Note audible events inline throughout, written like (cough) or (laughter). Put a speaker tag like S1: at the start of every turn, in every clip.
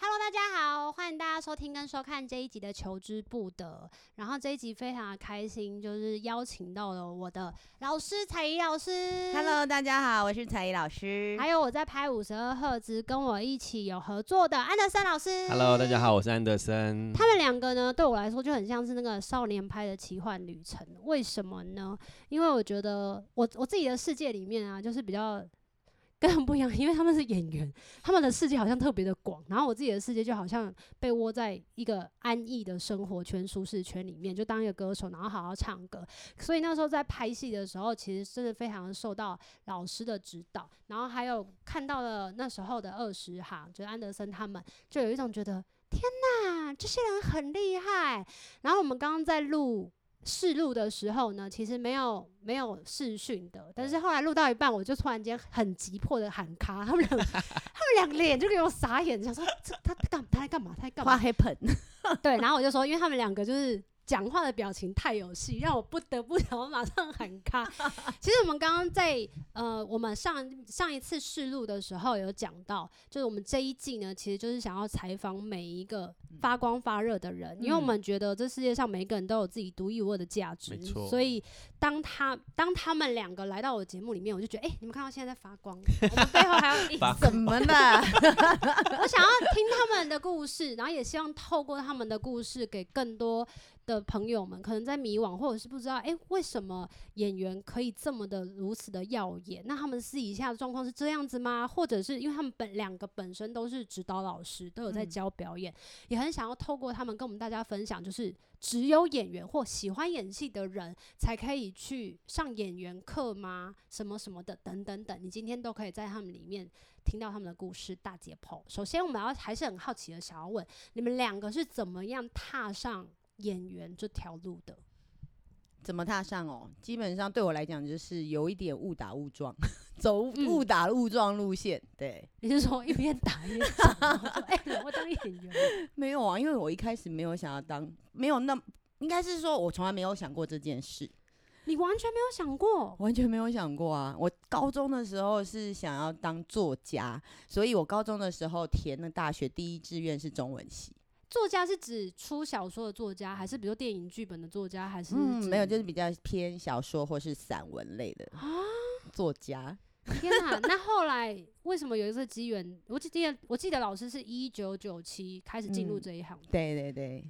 S1: Hello，大家好，欢迎大家收听跟收看这一集的《求之不得》。然后这一集非常的开心，就是邀请到了我的老师彩怡老师。
S2: Hello，大家好，我是彩怡老师。
S1: 还有我在拍五十二赫兹，跟我一起有合作的安德森老师。
S3: Hello，大家。好，我是安德森。
S1: 他们两个呢，对我来说就很像是那个少年拍的奇幻旅程。为什么呢？因为我觉得我我自己的世界里面啊，就是比较跟人不一样，因为他们是演员，他们的世界好像特别的广，然后我自己的世界就好像被窝在一个安逸的生活圈、舒适圈里面，就当一个歌手，然后好好唱歌。所以那时候在拍戏的时候，其实真的非常受到老师的指导，然后还有看到了那时候的二十行，就是安德森他们，就有一种觉得天呐，这些人很厉害。然后我们刚刚在录。试录的时候呢，其实没有没有试训的，但是后来录到一半，我就突然间很急迫的喊卡，他们两他们两个脸就给我傻眼，想说这他他干他在干嘛？他在干嘛
S2: 花？黑盆， (laughs)
S1: 对，然后我就说，因为他们两个就是讲话的表情太有戏，让我不得不 (laughs) 想要马上喊卡。其实我们刚刚在呃，我们上上一次试录的时候有讲到，就是我们这一季呢，其实就是想要采访每一个
S3: 嗯
S1: 发光发热的人，因为我
S2: 嗯
S1: 们觉得这世界上每一个人都有自己独一无二的价值
S3: 没，错
S1: 所以当他当他们两个来到我节目里面，我就觉得，哎、你们看到现在在发光，我们背后还有隐
S3: 发
S2: 怎么了？ (laughs)
S1: 我想要听他们的故事，然后也希望透过他们的故事，给更多的朋友们，可能在迷惘或者是不知道，哎、为什么演员可以这么的如此的耀眼？那他们私底下的状况是这样子吗？或者是因为他们本两个本身都是指导老师，都有在
S2: 嗯
S1: 教表演，也很想要透过他们跟我们大家分享，就是只有演员或喜欢演戏的人才可以去上演员课吗？什么什么的，等等等，你今天都可以在他们里面听到他们的故事大解剖。首先，我们要还是很好奇的，想要问你们两个是怎么样踏上演员这条路的？
S2: 怎么踏上哦？基本上对我来讲，就是有一点误打误撞， (laughs) 走误
S1: 嗯
S2: 误打误撞路线。对，
S1: 你是说一边打一边讲吗？说哎、我当演员，
S2: 没有啊，因为我一开始没有想要当，没有那，应该是说我从来没有想过这件事，
S1: 你完全没有想过，
S2: 完全没有想过啊。我高中的时候是想要当作家，所以我高中的时候填的大学第一志愿是中文系。
S1: 作家是指出小说的作家，还是比如电影剧本的作家，还是
S2: 嗯，
S1: 指
S2: 没有，就是比较偏小说或是散文类的作家。
S1: 天哪！那后来为什么有一次机缘？我记得我记得老师是一九九七开始进入
S2: 嗯
S1: 这一行的，
S2: 对对对，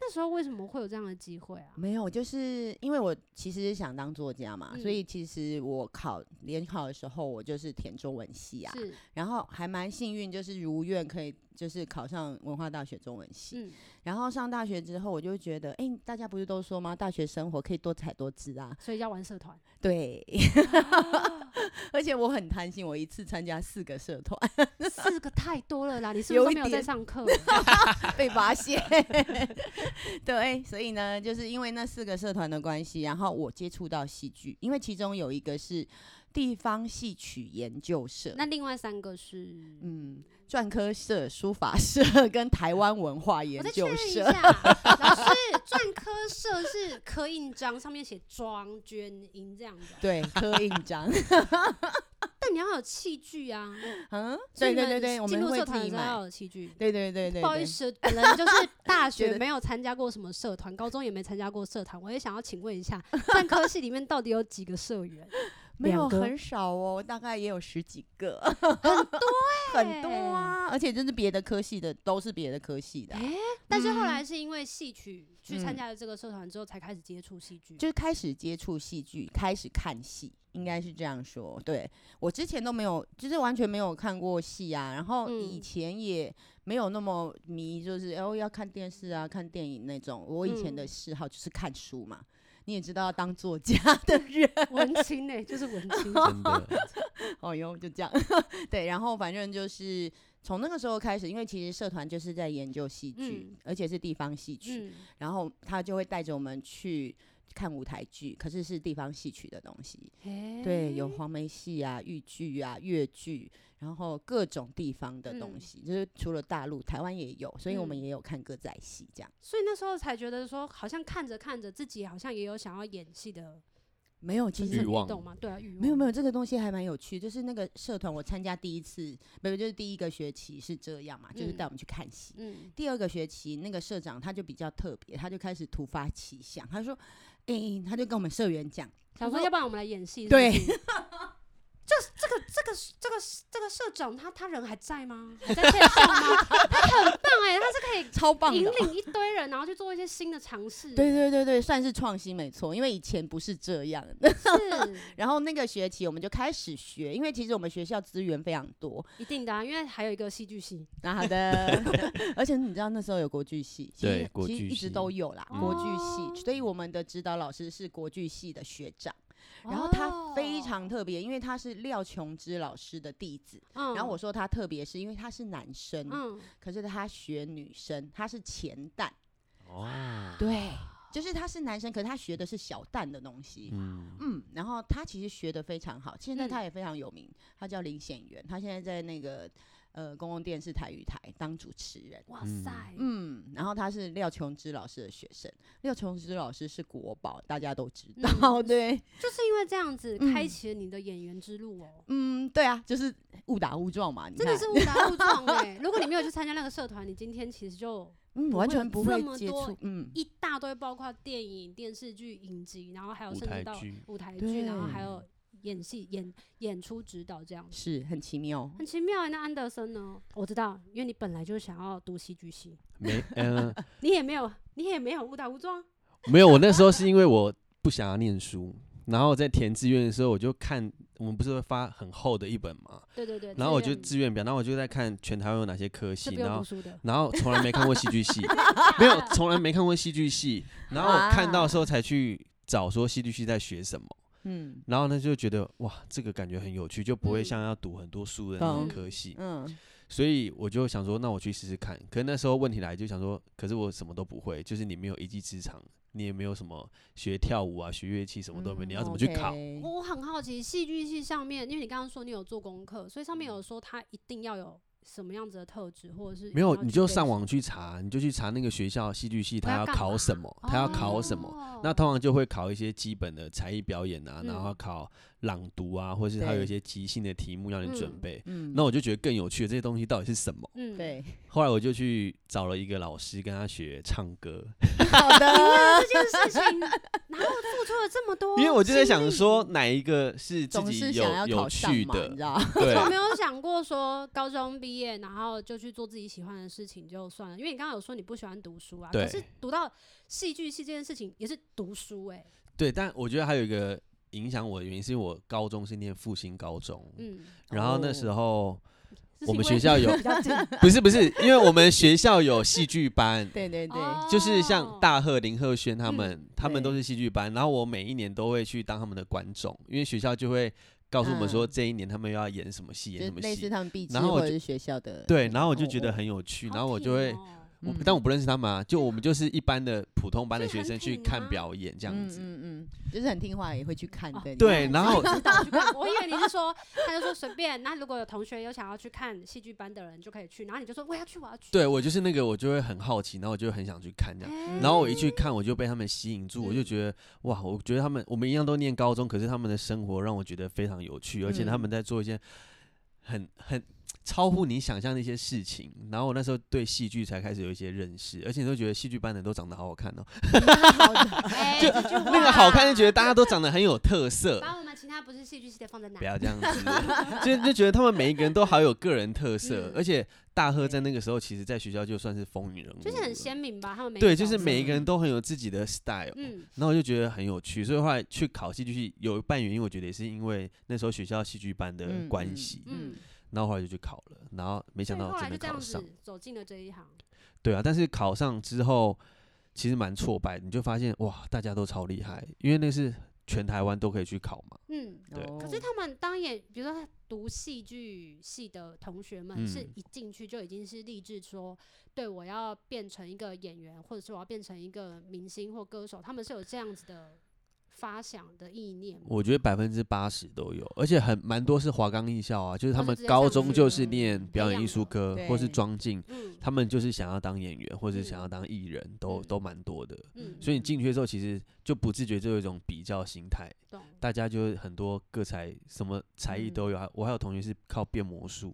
S1: 那时候为什么会有这样的机会啊？
S2: 没有，就是因为我其实想当作家嘛，所
S1: 嗯
S2: 以其实我考联考的时候，我就是填中文系啊，
S1: 是，
S2: 然后还蛮幸运，就是如愿可以就是考上文化大学中文系。
S1: 嗯，
S2: 然后上大学之后，我就觉得，哎、大家不是都说吗？大学生活可以多彩多姿啊。
S1: 所以要玩社团。
S2: 对， (laughs) 而且我很贪心，我一次参加四个社团
S1: 四个太多了啦，你是不
S2: 有
S1: 是都
S2: 一
S1: 没有在
S2: 点
S1: 上
S2: (laughs)
S1: 课？
S2: 被发现。 (laughs) 对，所以呢，就是因为那四个社团的关系，然后我接触到戏剧，因为其中有一个是地方戏曲研究社。
S1: 那另外三个是，
S2: 嗯，篆刻社、书法社 (laughs) 跟台湾文化研
S1: 我再确
S2: 究
S1: 认一
S2: 社，
S1: 下，老师篆刻社是刻印章，上面写庄捐银这样子哦。
S2: 对，刻印章，
S1: 但你要有器具啊， (laughs)
S2: 嗯，
S1: 所以你
S2: 对对
S1: 们
S2: 对对，我
S1: 进
S2: 们
S1: 入
S2: 会
S1: 社
S2: 自
S1: 团的
S2: 己
S1: 时候要
S2: 买，
S1: 有器具。
S2: 对对对对
S1: 不好
S2: 对
S1: 意，思，本人就是大
S2: 觉
S1: 学
S2: 得
S1: 没有参加过什么社团，高中也没参加过社团。我也想要请问一
S2: (laughs)
S1: 下，篆刻系里面到底有几个社员？
S2: 没有
S1: 两个
S2: 很少哦，大概也有十几个，很多 (laughs) 很多
S1: 欸
S2: 啊，而且就是别的科系的，都是别的科系的啊、
S1: 哎，但是后来是因为戏曲去参加了这个社团之后，才开始接触戏剧。
S2: 嗯就是开始接触戏剧，开始看戏，应该是这样说。对我之前都没有，就是完全没有看过戏啊，然后
S1: 嗯
S2: 以前也没有那么迷，就是哦要看电视啊、看电影那种。我以前
S1: 嗯
S2: 的嗜好就是看书嘛。你也知道，要当作家的人， (laughs)
S1: 文青呢、就是文青。
S3: 真的，
S2: 哦哟，就这样。 (laughs) 对，然后反正就是从那个时候开始，因为其实社团就是在研究戏剧，
S1: 嗯
S2: 而且是地方戏曲。
S1: 嗯，
S2: 然后他就会带着我们去看舞台剧，可是是地方戏曲的东西。
S1: 嘿
S2: 对，有黄梅戏啊、豫剧啊、越剧，然后各种地方的东
S1: 嗯
S2: 西，就是除了大陆，台湾也有，所以我们
S1: 嗯
S2: 也有看歌仔戏这样。
S1: 所以那时候才觉得说，好像看着看着自己好像也有想要演戏的
S2: 没有，其
S1: 就是
S3: 欲
S2: 实
S1: 你
S3: 望
S1: 懂吗？对啊，欲望
S2: 没有没有，这个东西还蛮有趣。就是那个社团，我参加第一次，没有，就是第一个学期是这样嘛，就是
S1: 嗯
S2: 带我们去看戏。
S1: 嗯，
S2: 第二个学期，那个社长他就比较特别，他就开始突发奇想，他说：“哎、他就跟我们社员讲，
S1: 想说要不然我们来演戏，
S2: 对 (laughs)
S1: 是不是。这这个这个这个这个社长他他人还在吗？还在线上吗？他很棒哎、他是可以
S2: 超棒
S1: 引
S2: 的哦，
S1: 领一堆人，然后去做一些新的尝试。
S2: 对，对对对，算是创新没错，因为以前不是这样。
S1: 是
S2: 然后那个学期我们就开始学，因为其实我们学校资源非常多。
S1: 一定的、啊，因为还有一个戏剧系，
S2: 那好
S3: (laughs)
S2: 的，而且你知道那时候有国剧系，其实
S3: 对国
S2: 其实
S3: 剧
S2: 一直
S3: 系
S2: 都有啦，
S1: 嗯
S2: 国剧
S1: 哦
S2: 系。所以我们的指导老师是国剧系的学长，然后他非
S1: 哦
S2: 常特别，因为他是廖琼之老师的弟子。
S1: 嗯
S2: 然后我说他特别是因为他是男生，
S1: 嗯，
S2: 可是他学女生，他是前蛋，
S3: 哦，
S2: 对，就是他是男生，可是他学的是小蛋的东西。嗯
S3: 嗯，
S2: 然后他其实学的非常好，现在
S1: 嗯
S2: 他也非常有名，他叫林显元，他现在在那个呃公共电视台语台当主持人。
S1: 哇
S3: 嗯
S1: 塞，
S2: 嗯，然后他是廖琼之老师的学生，廖琼之老师是国宝，大家都知
S1: 嗯
S2: 道，对，
S1: 就是因为这样子
S2: 嗯
S1: 开启了你的演员之路哦。
S2: 嗯，对啊，就是误打误撞嘛，你
S1: 真的
S2: 看
S1: 是误打误撞哎、如果你没有去参加那个社团，你今天其实就
S2: 嗯，
S1: 不
S2: 完
S1: 会
S2: 全不
S1: 这
S2: 会
S1: 么
S2: 接
S1: 多
S2: 触，嗯，
S1: 一大堆，包括电影、电视剧、影集，然后还有
S3: 舞
S1: 甚至
S3: 台
S1: 到
S3: 剧
S1: 舞台剧，
S2: 对
S1: 然后还有演戏、演演出、指导这样子。
S2: 是很奇妙。
S1: 很奇妙、欸，那安德森呢？我知道，因为你本来就想要读戏剧系，
S3: 没，嗯，
S1: 你也没有，你也没有误打误撞。
S3: 没有，我那时候是因为我不想要念书，然后在填志愿的时候，我就看我们不是会发很厚的一本嘛，
S1: 对对对。
S3: 然后我
S1: 志
S3: 就
S1: 愿
S3: 志愿表，然后我就在看全台湾有哪些科
S1: 是
S3: 系，
S1: 不
S3: 然
S1: 用读
S3: 后。
S1: 书的。
S3: 然后从来没看过戏剧系， (laughs) 没
S1: 啊
S3: 有，从来没看过戏剧系。然后我看到的时候才去找说戏剧系在学什么，
S2: 嗯
S3: 然后呢就觉得哇，这个感觉很有趣，就不会
S1: 嗯
S3: 像要读很多书的那
S2: 懂
S3: 种科系。
S2: 嗯，
S3: 所以我就想说，那我去试试看。可是那时候问题来，就想说，可是我什么都不会，就是你没有一技之长，你也没有什么学跳舞啊、学乐器什么都没有，你要怎么去考？
S2: 嗯 OK
S1: 我我很好奇，戏剧系上面，因为你刚刚说你有做功课，所以上面
S3: 嗯
S1: 有说他一定要有什么样子的特质，或者是
S3: 没有
S1: 一定，要
S3: 你
S1: 具
S3: 就
S1: 备
S3: 上
S1: 什么
S3: 网去查，你就去查那个学校戏剧系
S1: 他
S3: 他
S1: 要
S3: 要
S1: 干嘛哦
S3: 考什么，他要考什么。
S1: 么
S3: 那通常就会考一些基本的才艺表演啊，然后
S1: 嗯
S3: 要考朗读啊，或是他有
S2: 对
S3: 一些即兴的题目让你
S1: 嗯
S3: 准备。
S2: 嗯
S3: 那我就觉得更有趣的这些东西到底是什么？
S1: 嗯，
S2: 对，
S3: 后来我就去找了一个老师跟他学唱歌，
S2: 好的，
S1: 这件事情，然后付出了这么多，
S3: 因为我就在想说，哪一个是自
S2: 哦总是
S3: 己
S2: 想要
S3: 有
S2: 考
S3: 有
S2: 上
S3: 趣
S2: 嘛，你
S3: 的
S2: 知？道？(laughs)
S3: 对，
S1: 有没有想过说高中毕业，然后就去做自己喜欢的事情就算了？因为你刚刚有说你不喜欢读书啊，可
S3: 对
S1: 是读到戏剧系这件事情也是读书哎、
S3: 对，但我觉得还有一个影响我的原因，是因为我高中是念复兴高中，
S1: 嗯，
S3: 然后那
S2: 哦
S3: 时候
S1: 是
S3: 我们
S1: 因
S3: 学
S1: 为
S3: 校有
S1: 比较近，
S3: 不是不是，因为我们学校有戏
S2: (laughs)。
S3: 剧班
S2: 对对对，
S3: 就是像
S1: 哦
S3: 大贺、林鹤轩他们，他们都
S2: 嗯对
S3: 是戏剧班，然后我每一年都会去当他们的观众，因为学校就会告诉我们说
S2: 嗯
S3: 这一年他们要演什么戏，演
S2: 就
S3: 什么
S2: 类似
S3: 戏，
S2: 他们毕制
S3: 然后我
S2: 或者
S3: 就是
S2: 学校的，
S3: 对，然后我就觉得
S2: 哦，
S3: 很有趣，
S1: 好
S3: 然后我就会
S1: 挺哦
S3: 我不
S2: 嗯
S3: 但我不认识他们啊，就我们就是一般的普通班的
S1: 所以
S3: 学
S1: 很
S3: 生去
S1: 挺啊
S3: 看表演这
S2: 这
S3: 样子。啊
S2: 嗯嗯嗯，就是很听话也会去看
S1: 哦
S3: (laughs)
S2: 的，
S3: 对，
S1: 然
S3: 然
S1: 后 (laughs)
S3: 后
S1: 指导去看，我以为你是说，他就说随便。那如果有同学有想要去看戏剧班的人，就可以去。然后你就说我要去，我要去。
S3: 对我就是那个，我就会很好奇，然后我就很想去看这样。
S1: 哎，
S3: 然后我一去看，我就被他们吸引住，我就
S1: 嗯
S3: 觉得哇，我觉得他们我们一样都念高中，可是他们的生活让我觉得非常有趣，而且他
S2: 嗯
S3: 们在做一些很很超乎你想象的一些事情。然后我那时候对戏剧才开始有一些认识，而且你都觉得戏剧班的都长得好好看哦，
S2: 好 (laughs) 的，
S1: 哎
S3: 就
S1: 这句
S3: 那个好看
S1: 话
S3: 就觉得大家都长得很有特色。
S1: 把我们其他不是戏剧系的放在哪
S3: 不？要
S1: (laughs)
S3: 这样子，就就觉得他们每一个人都好有个人特色，
S1: 嗯
S3: 而且大贺在那个时候其实在学校就算是风云人物，
S1: 就是很鲜。明吧，他们每
S3: 对，
S1: 个
S3: 就是
S1: 角
S3: 每一
S1: 色
S3: 个人都很有自己的 style，、
S1: 嗯
S3: 然后我就觉得很有趣，所以后来去考戏剧系有一半原因，我觉得也是因为那时候学校戏剧班的
S2: 嗯
S3: 关
S2: 嗯
S3: 系，
S1: 嗯，
S3: 然后后来就去考了，然后没
S1: 所
S3: 想
S1: 以
S3: 到
S1: 后来
S3: 真
S1: 就
S3: 的
S1: 这样
S3: 考上
S1: 子，走进了这一行。
S3: 对啊，但是考上之后其实蛮挫败，你就发现哇，大家都超厉害，因为那是全台湾都可以去考嘛。
S1: 嗯，
S3: 对
S2: 哦
S1: 可是他们当演，比如说他读戏剧系的同学们，是
S3: 嗯
S1: 一进去就已经是立志说，对我要变成一个演员，或者是我要变成一个明星或歌手，他们是有这样子的发想的意念吗。
S3: 我觉得百分之八十都有，而且很蛮多是华冈艺校啊，就是他
S1: 哦就
S3: 们
S1: 直接
S3: 高
S1: 上
S3: 中
S1: 去
S3: 就是
S2: 了
S3: 念表演艺术
S1: 培
S3: 科
S2: 的
S3: 或是
S2: 对
S3: 装进，
S1: 嗯
S3: 他们就是想要当演员或是想要
S1: 嗯
S3: 当艺人，都
S1: 嗯
S3: 都蛮多的。
S1: 嗯，
S3: 所以你进去的时候，其实就不自觉就有一种比较心态，
S1: 懂。
S3: 大家就很多各才什么才艺
S2: 嗯
S3: 都有啊。我还有同学是靠变魔术，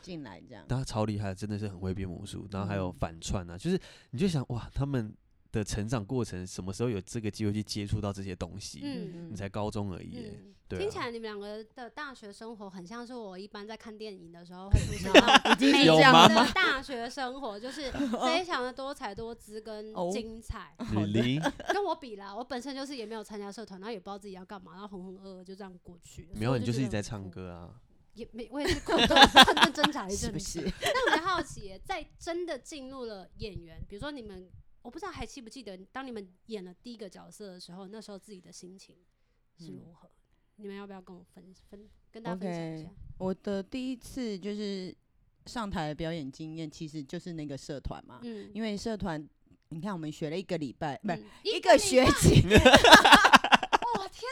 S2: 进来这样，
S3: 但他超厉害，真的是很会变魔术。然后还有
S2: 嗯
S3: 反串啊，就是你就想哇，他们的成长过程什么时候有这个机会去接触到这些东西？
S1: 嗯
S3: 你才高中而已耶，
S1: 嗯，
S3: 对
S1: 听
S3: 啊
S1: 起来你们两个的大学生活很像是我一般在看电影的时候会
S3: (laughs)
S1: 出现
S2: 已经
S1: 美
S2: 是
S3: 有
S2: 这样
S3: 吗
S1: 国
S2: 子
S1: 的大学生活，
S2: (laughs)
S1: 就是非常的多彩多姿跟
S2: 哦
S1: 精彩。
S3: ，really
S1: 跟我比啦，我本身就是也没有参加社团，然后也不知道自己要干嘛，然后浑浑噩噩就这样过去了。所
S3: 没有，
S1: 以
S3: 你
S1: 我
S3: 就是
S1: 觉
S3: 一
S1: 得
S3: 直在
S1: 很
S3: 唱
S1: 痛，
S3: 歌啊。
S1: 也没我也是困顿 (laughs) 困顿挣
S2: (laughs)
S1: 扎一
S2: 是
S1: 阵
S2: 不
S1: 子。
S2: 是？
S1: 那我比较好奇耶，在真的进入了演员，比如说你们，我不知道还记不记得，当你们演了第一个角色的时候，那时候自己的心情是
S2: 嗯
S1: 如何？你们要不要跟我分分跟大家分享一
S2: OK
S1: 下？
S2: 我的第一次就是上台的表演经验，其实就是那个社团嘛，
S1: 嗯，
S2: 因为社团，你看我们学了一个礼拜，不是、
S1: 嗯
S2: 一个
S1: 礼
S2: 学
S1: 拜
S3: (laughs)
S2: 期，
S1: 哇，天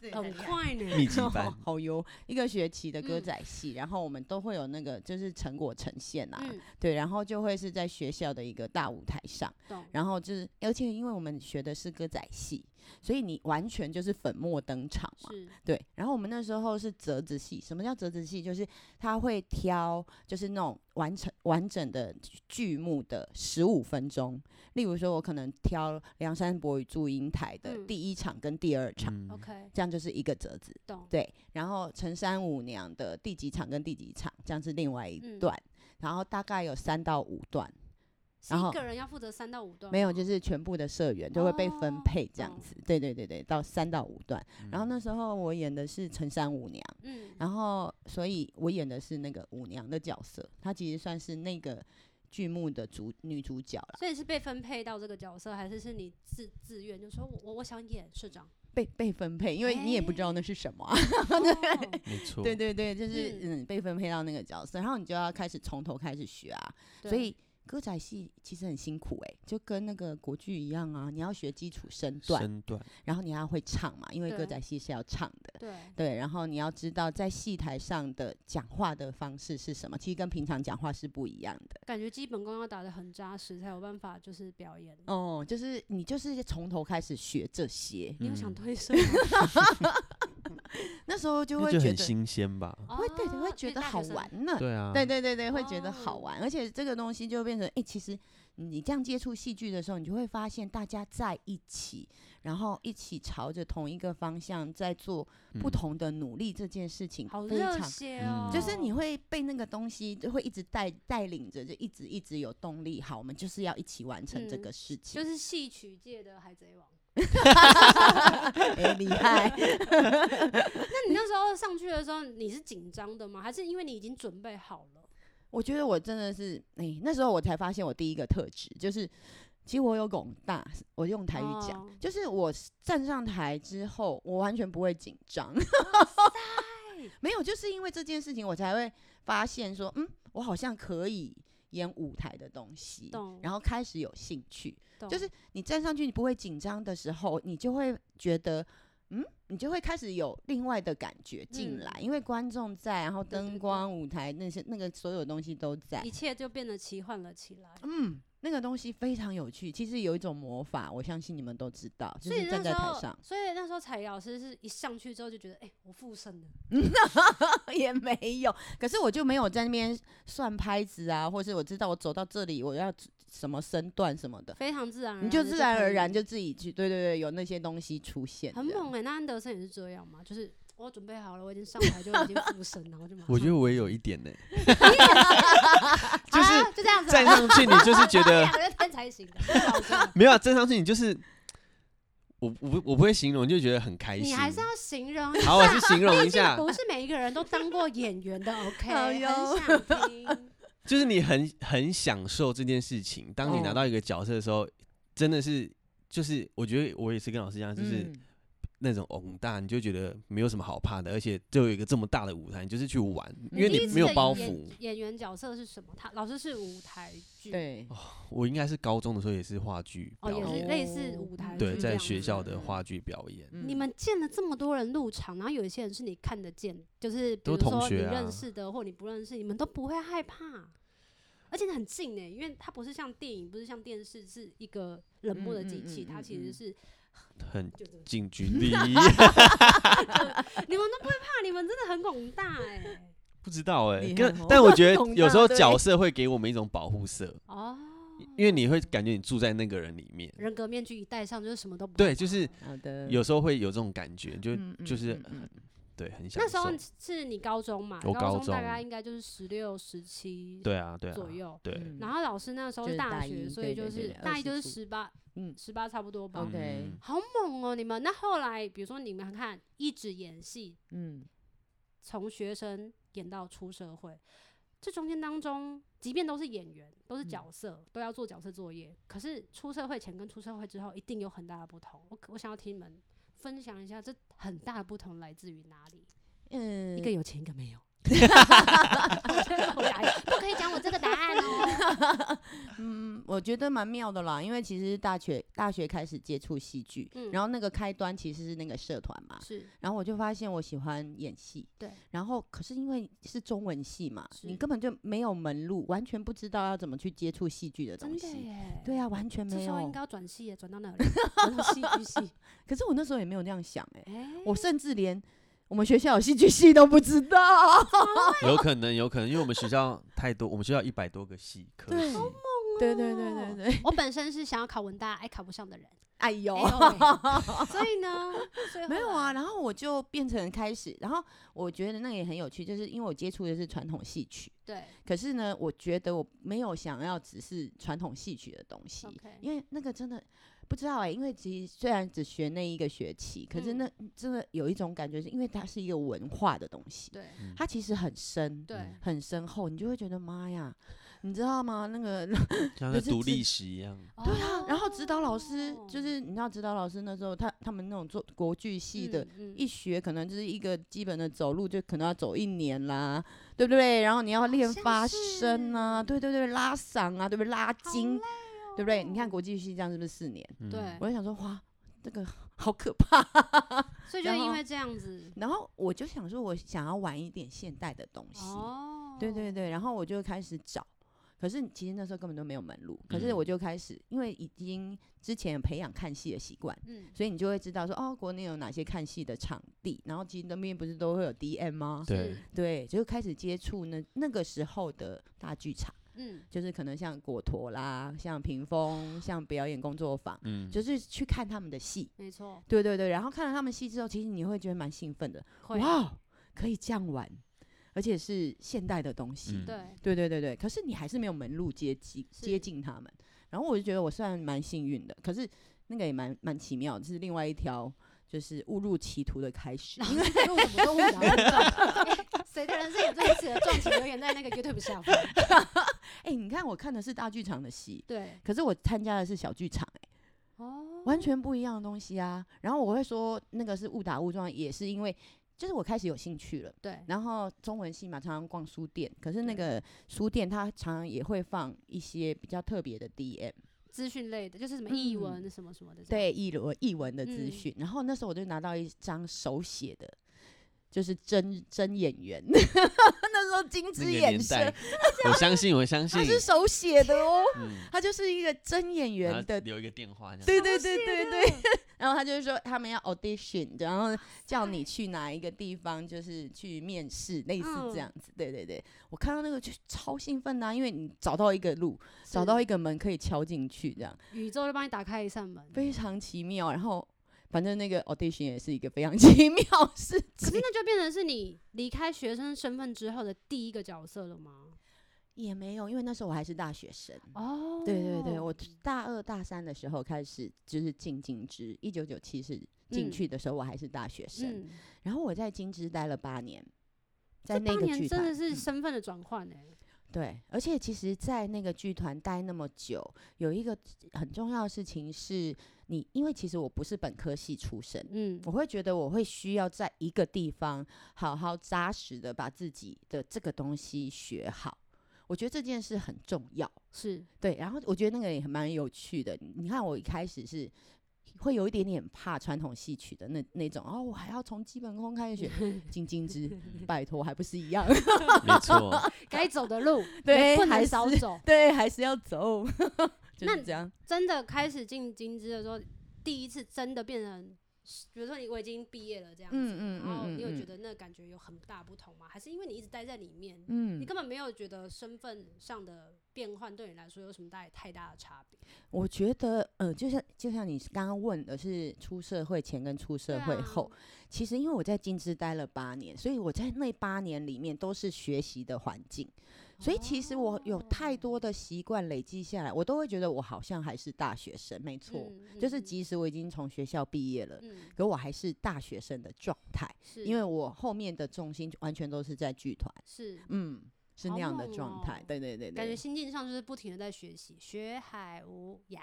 S2: 对
S1: 哪，
S2: (laughs)
S1: 很快呢。
S3: 密集班
S2: 好 (laughs) 好哟，一个学期的歌
S1: 嗯
S2: 仔戏，然后我们都会有那个就是成果呈现啊，
S1: 嗯，
S2: 对，然后就会是在学校的一个大舞台上，
S1: 懂。
S2: 然后就是，而且因为我们学的是歌仔戏，所以你完全就是粉墨登场嘛，
S1: 是，
S2: 对，然后我们那时候是折子戏，什么叫折子戏？就是他会挑，就是那种完成完整的剧目的十五分钟。例如说，我可能挑《梁山伯与祝英台》的
S1: 嗯
S2: 第一场跟第二场，
S3: 嗯，
S1: OK，
S2: 这样就是一个折子。
S1: 懂。
S2: 对，然后陈三五娘的第几场跟第几场，这样是另外一
S1: 嗯
S2: 段。然后大概有三到五段，
S1: 是
S2: 然
S1: 一
S2: 后
S1: 个人要负责三到五段吗，
S2: 没有，就是全部的社员都会被分
S1: 嗯哦
S2: 配这样
S1: 懂
S2: 子。对对对对，到三到五段。
S3: 嗯
S2: 然后那时候我演的是陈三五娘。
S1: 嗯，
S2: 然后，所以我演的是那个舞娘的角色，她其实算是那个剧目的主女主角啦，
S1: 所以是被分配到这个角色，还是是你自自愿就说我我我想演社
S2: (laughs)
S1: 长？
S2: 被被分配，因为你也不知道那是什么、啊，
S1: 哦
S3: 没
S2: (laughs)
S3: 错，
S2: 对对对，就是
S1: 嗯
S2: 嗯被分配到那个角色，然后你就要开始从头开始学啊，所以。歌仔戏其实很辛苦诶、就跟那个国剧一样啊，你要学基础身段，
S3: 身段
S2: 然后你还要会唱嘛，因为歌
S1: 对
S2: 仔戏是要唱的，
S1: 对
S2: 对，然后你要知道在戏台上的讲话的方式是什么，其实跟平常讲话是不一样的。
S1: 感觉基本功要打得很扎实，才有办法就是表演。
S2: 哦，就是你就是从头开始学这些，
S1: 你有想
S3: 嗯
S2: (laughs)
S1: 推社吗？
S2: 那时候就
S3: 那
S2: 会
S3: 就
S2: 觉
S3: 很
S2: 得，
S3: 新
S2: (laughs)
S3: 鲜吧？
S2: 会对对，
S1: 哦
S2: 会觉得好。
S1: 因为大学生
S2: 玩呢。
S3: 对啊，
S2: 对对对对，会觉得好
S1: 哦
S2: 玩，而且这个东西就变成，哎、其实你这样接触戏剧的时候，你就会发现大家在一起，然后一起朝着同一个方向在做不
S3: 嗯
S2: 同的努力，这件事情
S1: 好
S2: 非
S1: 热
S2: 常，
S1: 血
S3: 嗯
S1: 哦，
S2: 就是你会被那个东西就会一直带带领着，就一直一直有动力。好，我们就是要一起完成这
S1: 嗯
S2: 个事情。
S1: 就是戏曲界的海贼王。
S2: 哎、厉害！ (laughs)
S1: 那你那时候上去的时候，你是紧张的吗？还是因为你已经准备好了？
S2: 我觉得我真的是，哎、那时候我才发现我第一个特质就是，其实我有拱大，我用台语讲，
S1: 哦
S2: 就是我站上台之后，我完全不会紧张。 (laughs) 没有，就是因为这件事情，我才会发现说，嗯，我好像可以演舞台的东西
S1: 懂，
S2: 然后开始有兴趣。
S1: 懂
S2: 就是你站上去，你不会紧张的时候，你就会觉得，嗯，你就会开始有另外的感觉进来，
S1: 嗯
S2: 因为观众在，然后
S1: 对对
S2: 灯
S1: 对
S2: 光、舞台那些那个所有东西都在
S1: 一，切就变得奇幻了起来。
S2: 嗯，那个东西非常有趣。其实有一种魔法，我相信你们都知道，就
S1: 所以
S2: 是
S1: 那
S2: 站在
S1: 时
S2: 台
S1: 候，
S2: 上
S1: 所以那时候彩仪老师是一上去之后就觉得，哎、我附身了。
S2: (laughs) 也没有，可是我就没有在那边算拍子啊，或是我知道我走到这里我要什么身段什么的，
S1: 非常自然而然，
S2: 你就自然而然
S1: 嗯就
S2: 就自己去，对对对，有那些东西出现，
S1: 可以很猛。哎、那安德森也是这样嘛，就是我准备好了，我已经上台就已经附身了，然后就马上
S3: 我觉得我也有一点呢，
S2: (laughs)
S1: 就
S3: 就是
S1: 啊、就这样子啊，
S3: 站上去你就是觉
S2: (laughs)
S1: (laughs)
S3: 得
S1: 两个人站才行的，好笑
S3: 没有啊站上去你就是我我不我不会形容，就觉得很开心。
S1: 你还是要形容一
S3: 好，我
S1: (laughs) 下
S3: 去。形容
S1: 毕
S3: 一
S1: 竟
S2: (laughs)
S3: 下，
S1: 不是每一个人都当过演员的，OK？
S2: 哎
S1: 很
S2: 呦
S1: 想
S2: (laughs)
S1: 听，
S3: 就是你很很享受这件事情。当你拿
S2: 哦
S3: 到一个角色的时候，真的是就是我觉得我也是跟老师一样，就是
S2: 嗯
S3: 那种宏大，你就觉得没有什么好怕的，而且就有一个这么大的舞台，你就是去玩，因为
S1: 第
S3: 你
S1: 一次
S3: 没有
S1: 的
S3: 包
S1: 演
S3: 袱。
S1: 演员角色是什么？他老师是舞台剧，，
S2: 嗯对，
S3: 我应该是高中的时候也是话剧
S1: 哦，
S3: 表
S1: 也是
S3: 演，
S1: 类似
S2: 哦
S1: 舞台剧
S3: 对，
S1: 这
S3: 在
S1: 样
S3: 学
S1: 子
S3: 校的话剧表演，
S2: 嗯
S1: 你们见了这么多人入场，然后有一些人是你看得见，就是比
S3: 都
S1: 如
S3: 同
S1: 说你
S3: 学啊
S1: 认识的或你不认识，你们都不会害怕，而且很近欸呢、因为它不是像电影，不是像电视，是一个冷漠的
S2: 嗯嗯
S1: 机
S2: 嗯
S1: 器，
S2: 嗯
S1: 它
S2: 嗯
S1: 其实
S2: 嗯
S1: 是
S3: 很
S1: 就这么 (laughs)
S3: 近距离。
S1: 你们都不会怕，你们真的很广大哎、
S3: 不知道哎、
S2: 厉害
S3: 跟
S2: 哦
S3: 但我
S1: (laughs)
S3: 觉得
S2: 懂
S3: 有时候
S2: 大对
S3: 角色会给我们一种保护色，
S1: 哦，
S3: 因为你会感觉你住在那个人里面。
S1: 人格面具一戴上就是什么都不
S3: 对
S1: 害
S3: 就是
S1: 怕
S2: 好的，
S3: 有时候会有这种感觉，就
S2: 嗯嗯
S3: 就是
S2: 嗯嗯
S3: 对，很享
S1: 那时
S3: 受
S1: 候。是你高中嘛，
S3: 我高
S1: 中大
S3: 中
S1: 概应该就是十六、十七
S3: 对啊，对啊，
S1: 左右。
S3: 对，
S2: 嗯
S1: 然后老师那时候
S2: 就是是大
S1: 学，
S2: 一
S1: 所以
S2: 对
S1: 就
S2: 对
S1: 是
S2: 对
S1: 大一就是
S2: 20
S1: 十八，
S2: 嗯
S1: 十八差不多吧。
S2: OK
S3: 嗯
S1: 好猛哦，你们！那后来，比如说你们看，一直演戏，
S2: 嗯，
S1: 从学生演到出社会，这中间当中，即便都是演员，都是角色，都要做角色作业，可是出社会前跟出社会之后，一定有很大的不同。我我想要听你们分享一下，这很大的不同来自于哪里？
S2: 嗯
S1: 一个有钱，一个没有。我觉得我俩不可以讲我这个答案哦。
S2: 嗯，我觉得蛮妙的啦，因为其实大学大学开始接触戏剧，
S1: 嗯
S2: 然后那个开端其实是那个社团嘛，
S1: 是
S2: 然后我就发现我喜欢演戏，
S1: 对，
S2: 然后可是因为是中文系嘛，
S1: 是
S2: 你根本就没有门路，完全不知道要怎么去接触戏剧的
S1: 真
S2: 东
S1: 的
S2: 西。
S1: 耶。
S2: 对啊，完全
S1: 这
S2: 没
S1: 时候应
S2: 有
S1: 该。 (laughs) 要转系耶，转到哪里？转到戏剧系。
S2: (laughs) 可是我那时候也没有那样想哎、
S1: 哎、
S2: 我甚至连我们学校有戏剧系都不
S1: (laughs)
S2: 知道。
S3: 有可能，有可能，因为我们学校太多，我们学校一百多个系科
S2: 对
S3: 系，
S2: 对对对对对，
S1: 我本身是想要考文大，爱考不上的人，
S2: 哎 (laughs) 呦，
S1: 哎呦喂所以
S2: (laughs)
S1: 呢，所以
S2: 没有啊，
S1: 后来，
S2: 然后我就变成开始，然后我觉得那个也很有趣，就是因为我接触的是传统戏曲，
S1: 对
S2: 可是呢，我觉得我没有想要只是传统戏曲的东西
S1: OK
S2: 因为那个真的不知道哎、因为其实虽然只学那一个学期，可是
S1: 嗯
S2: 那真的有一种感觉，是因为它是一个文化的东西，
S1: 对
S3: 嗯
S2: 它其实很深，
S1: 对，
S2: 很深厚，你就会觉得妈呀，你知道吗？那个
S3: 像
S2: 可
S3: 在
S2: 是
S3: 读
S2: 这
S3: 历史一样。
S2: 对啊，然后指导老师
S1: 哦
S2: 就是你知道，指导老师那时候他他们那种做国剧系的，
S1: 嗯嗯
S2: 一学可能就是一个基本的走路，就可能要走一年啦，对不对？然后你要练
S1: 像
S2: 发声啊，
S1: 是
S2: 对对对，拉嗓啊，对不对？拉
S1: 好
S2: 筋，
S1: 累
S2: 对不对？你看
S1: 哦
S2: 国际系这样是不是四年？
S3: 嗯
S1: 对
S2: 我就想说，哇，这个 (laughs) 好可怕。
S1: 所以就
S2: 然
S1: 因
S2: 后
S1: 为这样子，
S2: 然后我就想说，我想要玩一点现代的东西，
S1: 哦，
S2: 嗯对对对，然后我就开始找。可是其实那时候根本都没有门路，可是
S3: 嗯
S2: 我就开始，因为已经之前有培养看戏的习惯，
S1: 嗯，
S2: 所以你就会知道说，哦，国内有哪些看戏的场地，然后其实那边不是都会有 DM 吗？
S3: 对
S1: 是，
S2: 对，就开始接触那那个时候的大剧场，
S1: 嗯，
S2: 就是可能像果陀啦，像屏风，像表演工作坊，
S3: 嗯，
S2: 就是去看他们的戏。
S1: 没错，
S2: 对对对，然后看了他们戏之后，其实你会觉得蛮兴奋的，
S1: 会，
S2: 哇，哦可以这样玩，而且是现代的东西。
S3: 嗯
S1: 对，
S2: 对对对对，可是你还是没有门路接近
S1: 是
S2: 接近他们。然后我就觉得我虽然蛮幸运的，可是那个也蛮蛮奇妙的，这是另外一条就是误入歧途的
S1: (laughs)
S2: 开始。
S1: 老师在录什么都问不懂，谁的人生有最适合撞起留言在那个 YouTube 下方，
S2: (laughs) 哎、你看我看的是大剧场的戏，
S1: 对，
S2: 可是我参加的是小剧场、哎，
S1: 哦，
S2: 完全不一样的东西啊。然后我会说那个是误打误撞，也是因为就是我开始有兴趣了。
S1: 对，
S2: 然后中文系嘛，常常逛书店，可是那个书店它常常也会放一些比较特别的 DM，
S1: 资讯类的，就是什么译
S2: 嗯
S1: 文什么什么的，，
S2: 对译文译文的资
S1: 嗯
S2: 讯。然后那时候我就拿到一张手写的，就是真真演员， (laughs) 那时候金
S3: 那
S2: 枝
S3: 个
S2: 演
S3: 年
S2: 生
S3: 代，，我相信，我相
S2: (laughs)
S3: 信
S2: 他，是手写的哦， (laughs)
S3: 嗯，
S2: 他就是一个真演
S3: 然后
S2: 员的。
S3: 留一个电话这
S2: (laughs)
S3: 样，
S2: 对对对对对， (laughs) 然后他就是说他们要 audition，然后叫你去哪一个地方，就是去面试，类似
S1: 嗯
S2: 这样子。对对对，我看到那个就超兴奋啊呐、因为你找到一个路，找到一个门可以敲进去，这样。
S1: 宇宙就帮你打开一扇门。
S2: 非常奇妙。然后，反正那个 audition 也是一个非常 (laughs) 奇妙的事
S1: 可是
S2: 情，
S1: 那就变成是你离开学生身份之后的第一个角色了吗？
S2: 也没有，因为那时候我还是大学生。
S1: 哦，
S2: 对对对，我大二大三的时候开始就是进金枝，一九九七是进
S1: 嗯
S2: 去的时候我还是大学生，
S1: 嗯，
S2: 然后我在金枝待了八年，在
S1: 这
S2: 那
S1: 八
S2: 个剧嗯
S1: 年真的
S2: 团，
S1: 是身份的转换哎，
S2: 对，而且其实，在那个剧团待那么久，有一个很重要的事情是你，因为其实我不是本科系出身，
S1: 嗯，
S2: 我会觉得我会需要在一个地方好好扎实的把自己的这个东西学好。我觉得这件事很重要， (laughs)
S1: 是
S2: 对。然后我觉得那个也很蛮有趣的。你看，我一开始是会有一点点怕传统戏曲的那那种，哦，我还要从基本功开始学，
S1: (laughs)
S2: 金金之，拜托，还不是一样？
S3: 没错，
S1: 该走的路，
S2: (laughs) 对
S1: 不能
S2: 还
S1: 少
S2: 是
S1: 走。
S2: 对，还是
S1: (laughs)
S2: 要走，就
S1: 那
S2: 是这样。
S1: 真的开始进金枝的时候，第一次真的变成，比如说你我已经毕业了这样子，
S2: 嗯嗯
S1: 然后
S2: 嗯嗯
S1: 你哦有觉
S2: 嗯
S1: 得那感觉有很大不同吗？还是因为你一直待在里面，你
S2: 嗯，
S1: 根本没有觉得身份上的变换对你来说有什么大太大的差别？
S2: 我觉得，呃，就像就像你刚刚问的是出社会前跟出
S1: 啊
S2: 社会后，其实因为我在金枝待了八年，所以我在那八年里面都是学习的环境，所以其实我有
S1: 哦
S2: 太多的习惯累积下来，我都会觉得我好像还是大学生，没
S1: 对啊，
S2: 错，
S1: 嗯
S2: 就是，即使我已经从学校毕业了，
S1: 嗯嗯，
S2: 可我还是大学生的状态，
S1: 是
S2: 因为我后面的重心完全都是在剧团，
S1: 是。
S2: 嗯，是
S1: 好
S2: 那样的
S1: 猛
S2: 状态，
S1: 哦
S2: 对对对对，
S1: 感觉心境上就是不停的在学习，学海无
S2: (laughs)
S1: 涯。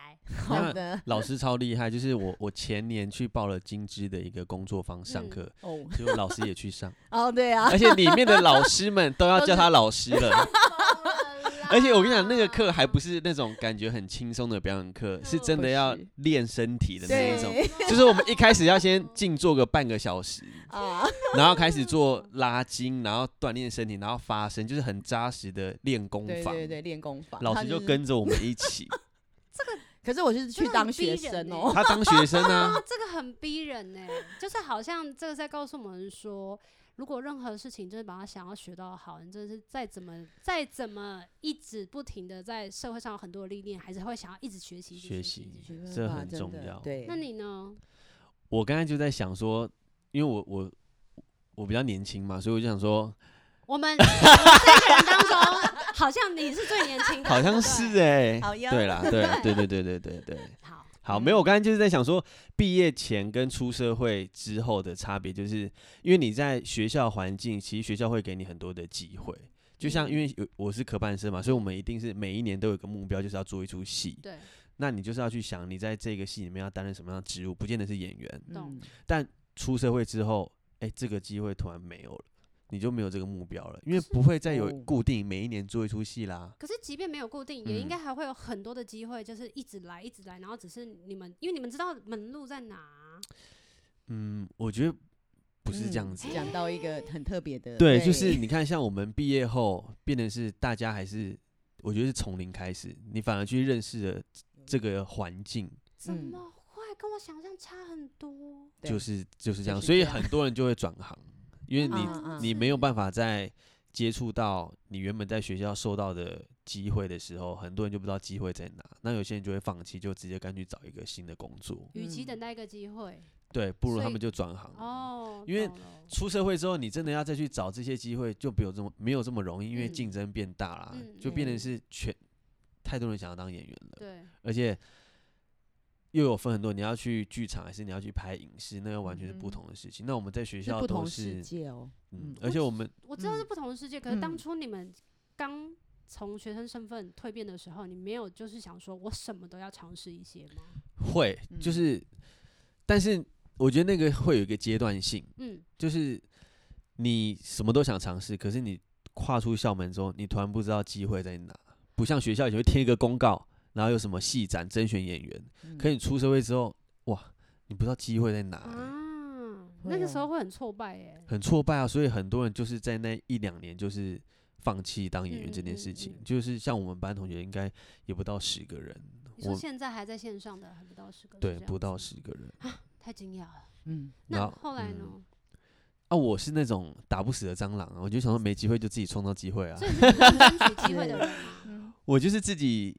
S2: 好的
S3: 老师超厉害，就是我我前年去报了金枝的一个工作坊上
S1: 嗯
S3: 课，
S2: 哦
S3: 结果老师也
S2: (laughs)
S3: 去上，
S2: 哦，
S1: (laughs)
S2: 对啊，
S3: 而且里面的老师们都要叫他老师了。
S2: (laughs)
S3: 而且我跟你讲，那个课还不
S1: 是
S3: 是那种感觉很轻松的表演课，是
S1: 嗯
S3: 真
S2: 不
S3: 的要
S2: 是
S3: 练身体的那一种。
S2: 对
S3: 就是我们一开始要先静坐个半个小时，
S2: 啊， (laughs)
S3: 然后开始做拉筋，然后锻炼身体，然后发声，就是很扎实的练功
S2: 对
S3: 法。
S2: 对对，练功法，
S3: 老
S2: 他，
S3: 师就是跟着我们一起，
S2: 可是我是去
S1: 真的很
S2: 当学
S1: 逼人
S2: 生
S1: 欸
S2: 哦，
S3: 他当学生啊，
S1: (laughs)
S3: (laughs)
S1: 这个很逼人呢、就是好像这个在告诉我们说，如果任何事情真的把它想要学到好，你真的是再怎么再怎么一直不停的在社会上有很多的历练，还是会想要一直学习，一直
S3: 学
S1: 习。一直
S3: 习
S1: 学
S2: 没办
S3: 这
S2: 法
S3: 很
S2: 真
S3: 重
S2: 的
S3: 要
S2: 对，
S1: 那你呢？
S3: 我刚才就在想说，因为我我我比较年轻嘛，所以我就想说，
S1: 我们我们这个人当中，好像你是最年轻的，
S3: 好像
S1: 对不
S2: (laughs)
S3: 是
S1: 对
S3: 哎、
S2: 好哟
S3: 对啦，对啦对对对对对对。
S1: 好，
S2: 嗯
S3: 好，没有，我刚才就是在想说，毕业前跟出社会之后的差别，就是因为你在学校环境，其实学校会给你很多的机会。
S2: 嗯
S3: 就像因为有我是科班生嘛，所以我们一定是每一年都有一个目标，就是要做一出戏。
S1: 对，
S3: 那你就是要去想，你在这个戏里面要担任什么样的职务，不见得是演员。
S1: 懂
S2: 嗯
S3: 出社会之后，哎、这个机会突然没有了，你就没有这个目标了，因为不会再有
S2: 哦
S3: 固定每一年做一出戏啦。
S1: 可是即便没有固定，也应
S3: 嗯
S1: 该还会有很多的机会，就是一直来，一直来，然后只是你们，因为你们知道门路在哪啊，
S3: 嗯，我觉得不是这样
S2: 嗯
S3: 子。啊
S2: 讲到一个很特别的，
S3: 对，就是你看，像我们毕业后，变得是大家还是，我觉得是从零开始，你反而去认识了这个环境，
S1: 怎
S2: 嗯
S1: 么会跟我想象差很多？
S2: 对
S3: 就是就是这样，
S2: 就是
S3: 所以
S2: 这样
S3: 很多人就会转行，因为你、
S2: 嗯嗯
S3: 你没有办
S1: 法，
S3: 法再接触到你原本在学校受到的机会的时候，很多人就不知道机会在哪，那有些人就会放弃，就直接干去找一个新的工作，
S1: 与其
S2: 嗯
S1: 等待一个机会，
S3: 对，不如
S1: 所
S3: 他
S1: 以
S3: 们就转行。
S1: 哦，
S3: 因为
S1: 懂了
S3: 出社会之后，你真的要再去找这些机会，就没有这么没有这么容易，因为
S1: 嗯
S3: 竞争变大啦，
S1: 嗯
S3: 就变成
S2: 嗯
S3: 是全太多人想要当演员了，
S1: 对，
S3: 而且又有分很多，你要去剧场还是你要去拍影视，那又完全是不
S2: 嗯
S3: 同的事情。那我们在学
S2: 是
S3: 校
S2: 不
S3: 都
S2: 同
S3: 是
S2: 世，界哦，
S3: 嗯
S2: 嗯，
S3: 而且我们
S1: 我知道是
S2: 嗯
S1: 不同的世界，可是当
S2: 嗯
S1: 初你们刚从学生身份蜕变的时候，你没有就是想说我什么都要尝试一些吗？
S3: 会就
S2: 嗯
S3: 是，但是我觉得那个会有一个阶段性，
S1: 嗯，
S3: 就是你什么都想尝试，可是你跨出校门之后，你突然不知道机会在哪。不像学校以前会贴一个公告，然后有什么戏展甄选演员，可
S2: 以
S3: 你出社会之后，哇，你不知道机会在哪、欸
S1: 啊，
S2: 哎会
S1: 那个时
S2: 啊
S1: 候会很挫败耶，
S3: 很挫败啊。所以很多人就是在那一两年就是放弃当演员这件事情。
S1: 嗯嗯嗯
S3: 就是像我们班同学应该也不到十个人，
S1: 你说
S3: 我
S1: 现在还在线上的还不到十个，是
S3: 对
S1: 这样
S3: 不到
S1: 子
S3: 十个人。
S1: 太惊讶了。
S2: 嗯，
S1: 那
S3: 然后
S1: 后来呢？
S3: 嗯啊，我是那种打不死的蟑螂啊，我就想说没机会就自己创造机会啊
S1: 所。以你是很争取机会的人吗？
S3: 我就是自己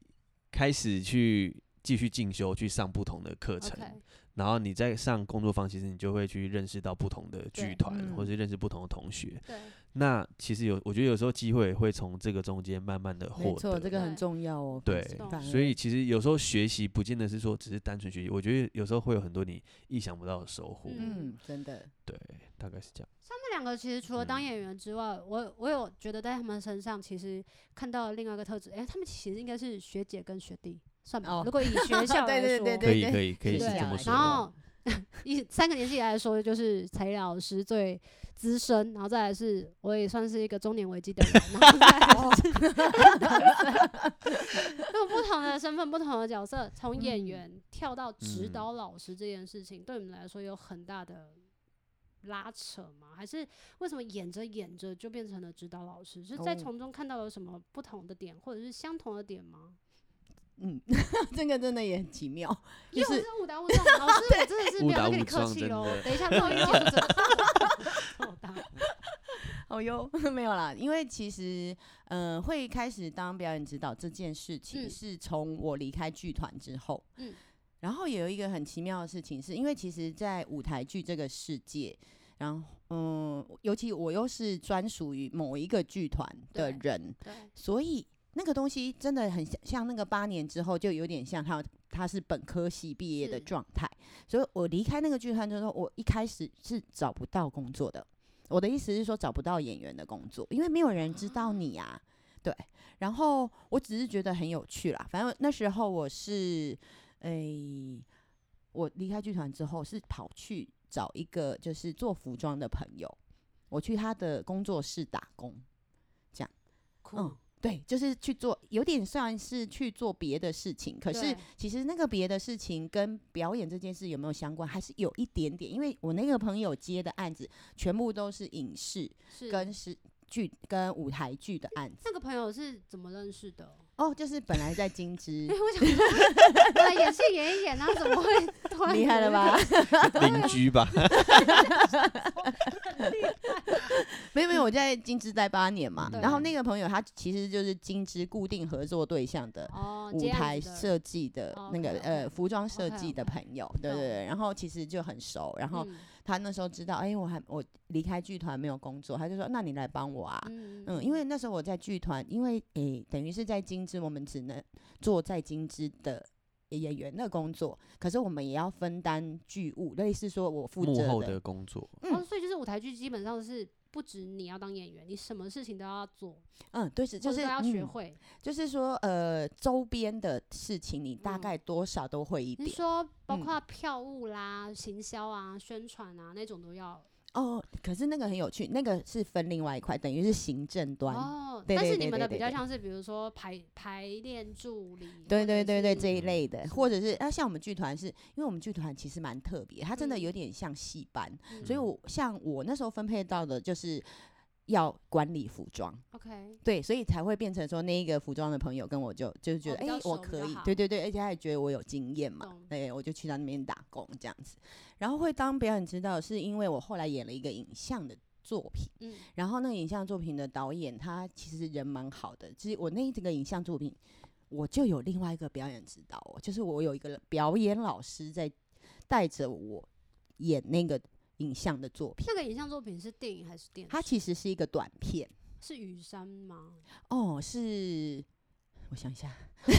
S3: 开始去继续进修，去上不同的课程
S1: OK，
S3: 然后你在上工作坊，其实你就会去认识到不同的
S1: 对
S3: 剧团，
S2: 嗯
S3: 或是认识不同的同学。
S1: 对，
S3: 那其实有，我觉得有时候机会会从这个中间慢慢的获
S2: 没
S3: 得。
S2: 错，这个很
S1: 对
S2: 重要哦。
S3: 对
S1: 懂
S2: 反而
S3: 所以其实有时候学习不见得是说只是单纯学习，我觉得有时候会有很多你意想不到的收获。
S1: 嗯
S2: 嗯，真的，
S3: 对，大概是这样。
S1: 那两个其实除了当
S3: 嗯
S1: 演员之外，我我有觉得在他们身上其实看到另外一个特质，哎、他们其实应该是学姐跟学弟，算吧。
S2: 哦
S1: 如果以学校来
S2: (laughs) 对
S1: 说，
S2: 对对
S3: (laughs) 可
S2: 对啊
S3: 以，可以，可以
S2: 是
S3: 是
S2: 这
S3: 这
S2: 样
S3: 么
S2: 来
S3: 说。
S1: 然后一三个年纪来说，就是才艺老师最资深，然后再来是我也算是一个中年危机的人，然后再来是 (laughs) 用不同的身份、不同的角色，从演
S2: 嗯
S1: 员跳到指
S3: 嗯
S1: 导老师这件事情，对你们来说有很大的。拉扯吗？还是为什么演着演着就变成了指导老师？是在
S2: 哦
S1: 从中看到了什么不同的点，或者是相同的点吗？
S2: (laughs) 嗯， (laughs) 这个真的也很奇妙，就
S1: 因为我
S2: 是
S1: 是误打误撞，老
S2: (laughs)
S1: 师，我真的是不
S3: 误
S1: 要
S3: 打
S1: 再跟你
S3: 误
S1: 客
S3: 撞
S1: 气
S3: 真
S1: 喽
S3: 的。
S1: 等一下不好意思，我真
S2: (laughs)
S1: 的当
S2: 哦哟， (laughs) 没有啦，因为其实，呃，会开始当表演指导这件事情，
S1: 嗯
S2: 是从我离开剧团之后，
S1: 嗯
S2: 然后也有一个很奇妙的事情是，因为其实，在舞台剧这个世界，然后，嗯，尤其我又是专属于某一个剧团的
S1: 对
S2: 人，
S1: 对，
S2: 所以那个东西真的很像，像那个八年之后，就有点像他他是本科系毕业的
S1: 是
S2: 状态。所以我离开那个剧团之后，我一开始是找不到工作的。我的意思是说，找不到演员的工作，因为没有人知道你啊。对，然后我只是觉得很有趣啦。反正那时候我是，诶、我离开剧团之后是跑去找一个就是做服装的朋友，我去他的工作室打工。嗯
S1: 酷，
S2: 对，就是去做，有点算是去做别的事情。可是
S1: 对
S2: 其实那个别的事情跟表演这件事有没有相关，还是有一点点。因为我那个朋友接的案子，全部都是影视
S1: 是
S2: 跟是剧跟舞台剧的案子。
S1: 那个朋友是怎么认识的？
S2: 哦，就是本来在金枝
S1: (laughs) 因，为我想说，本来演戏演一演，然后怎么会突然
S2: 厉害
S1: 有
S2: 了
S1: 一
S2: 吧
S1: 个？？
S3: 邻居吧，
S2: (laughs) 没有没有，我在金枝待八年嘛。
S1: 嗯对
S2: 然后那个朋友他其实就是金枝固定合作对象的
S1: 哦，
S2: 舞
S1: 接案子
S2: 台
S1: 的
S2: 设计的
S1: 哦
S2: 那个
S1: ，OK，OK
S2: 呃服装设
S1: OK，
S2: 计的
S1: OK，
S2: 朋友，对对
S1: 懂
S2: 对，然后其实就很熟，然后
S1: 嗯
S2: 他那时候知道，哎、我还我离开剧团没有工作，他就说，那你来帮我啊，
S1: 嗯
S2: 嗯，因为那时候我在剧团，因为诶、等于是在金枝，我们只能做在金枝的演员的工作，可是我们也要分担剧务，类似说我负
S3: 幕
S2: 责
S3: 后
S2: 的
S3: 的工作。
S2: 嗯
S1: 哦，所以就是舞台剧基本上是不止你要当演员，你什么事情都要做，
S2: 嗯，对，是就
S1: 或者
S2: 是
S1: 都要学
S2: 嗯
S1: 会。
S2: 就是说呃，周边的事情你大
S1: 嗯
S2: 概多少都会一
S1: 你
S2: 点
S1: 是。说包
S2: 嗯
S1: 括票务啦、行销啊、宣传啊那种都要
S2: 哦，可是那个很有趣，那个是分另外一块，等于是行政端。
S1: 哦。
S2: 对
S1: 但
S2: 对
S1: 是
S2: 对
S1: 你们
S2: 对
S1: 的
S2: 对
S1: 比较
S2: 对
S1: 像是比如说排排练助理，
S2: 对
S1: 或
S2: 对
S1: 者
S2: 对对，
S1: 是
S2: 这一类的，或者是
S1: 嗯
S2: 啊，像我们剧团是，因为我们剧团其实蛮特别，它真的有
S1: 嗯
S2: 点像戏班，
S1: 嗯
S2: 所以我像我那时候分配到的就是要管理服装，
S1: OK
S2: 对，所以才会变成说那一个服装的朋友跟我就就是觉
S1: 哦比
S2: 得，哎、
S1: 较
S2: 我
S1: 熟比
S2: 可
S1: 较
S2: 以
S1: 好，
S2: 对对对，而且他也觉得我有经验嘛
S1: 懂，
S2: 对，我就去到那边打工这样子，然后会当表演指导，是因为我后来演了一个影像的作品。
S1: 嗯
S2: 然后那个影像作品的导演他其实人蛮好的，其实我那这个影像作品，我就有另外一个表演指导哦，就是我有一个表演老师在带着我演那个影像的作品。
S1: 那个影像作品是电影还是电视？
S2: 它其实是一个短片
S1: 是雨山
S2: (laughs)
S1: 吗？
S2: 哦，是我想一下，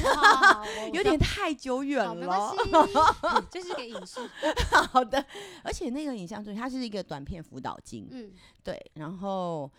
S1: 哇
S2: 有点太久远
S1: 好，没关
S2: 了
S1: 系。，这是给影视。
S2: (laughs) 好的，而且那个影像作品它是一个短片辅导经，
S1: 嗯，
S2: 对，然后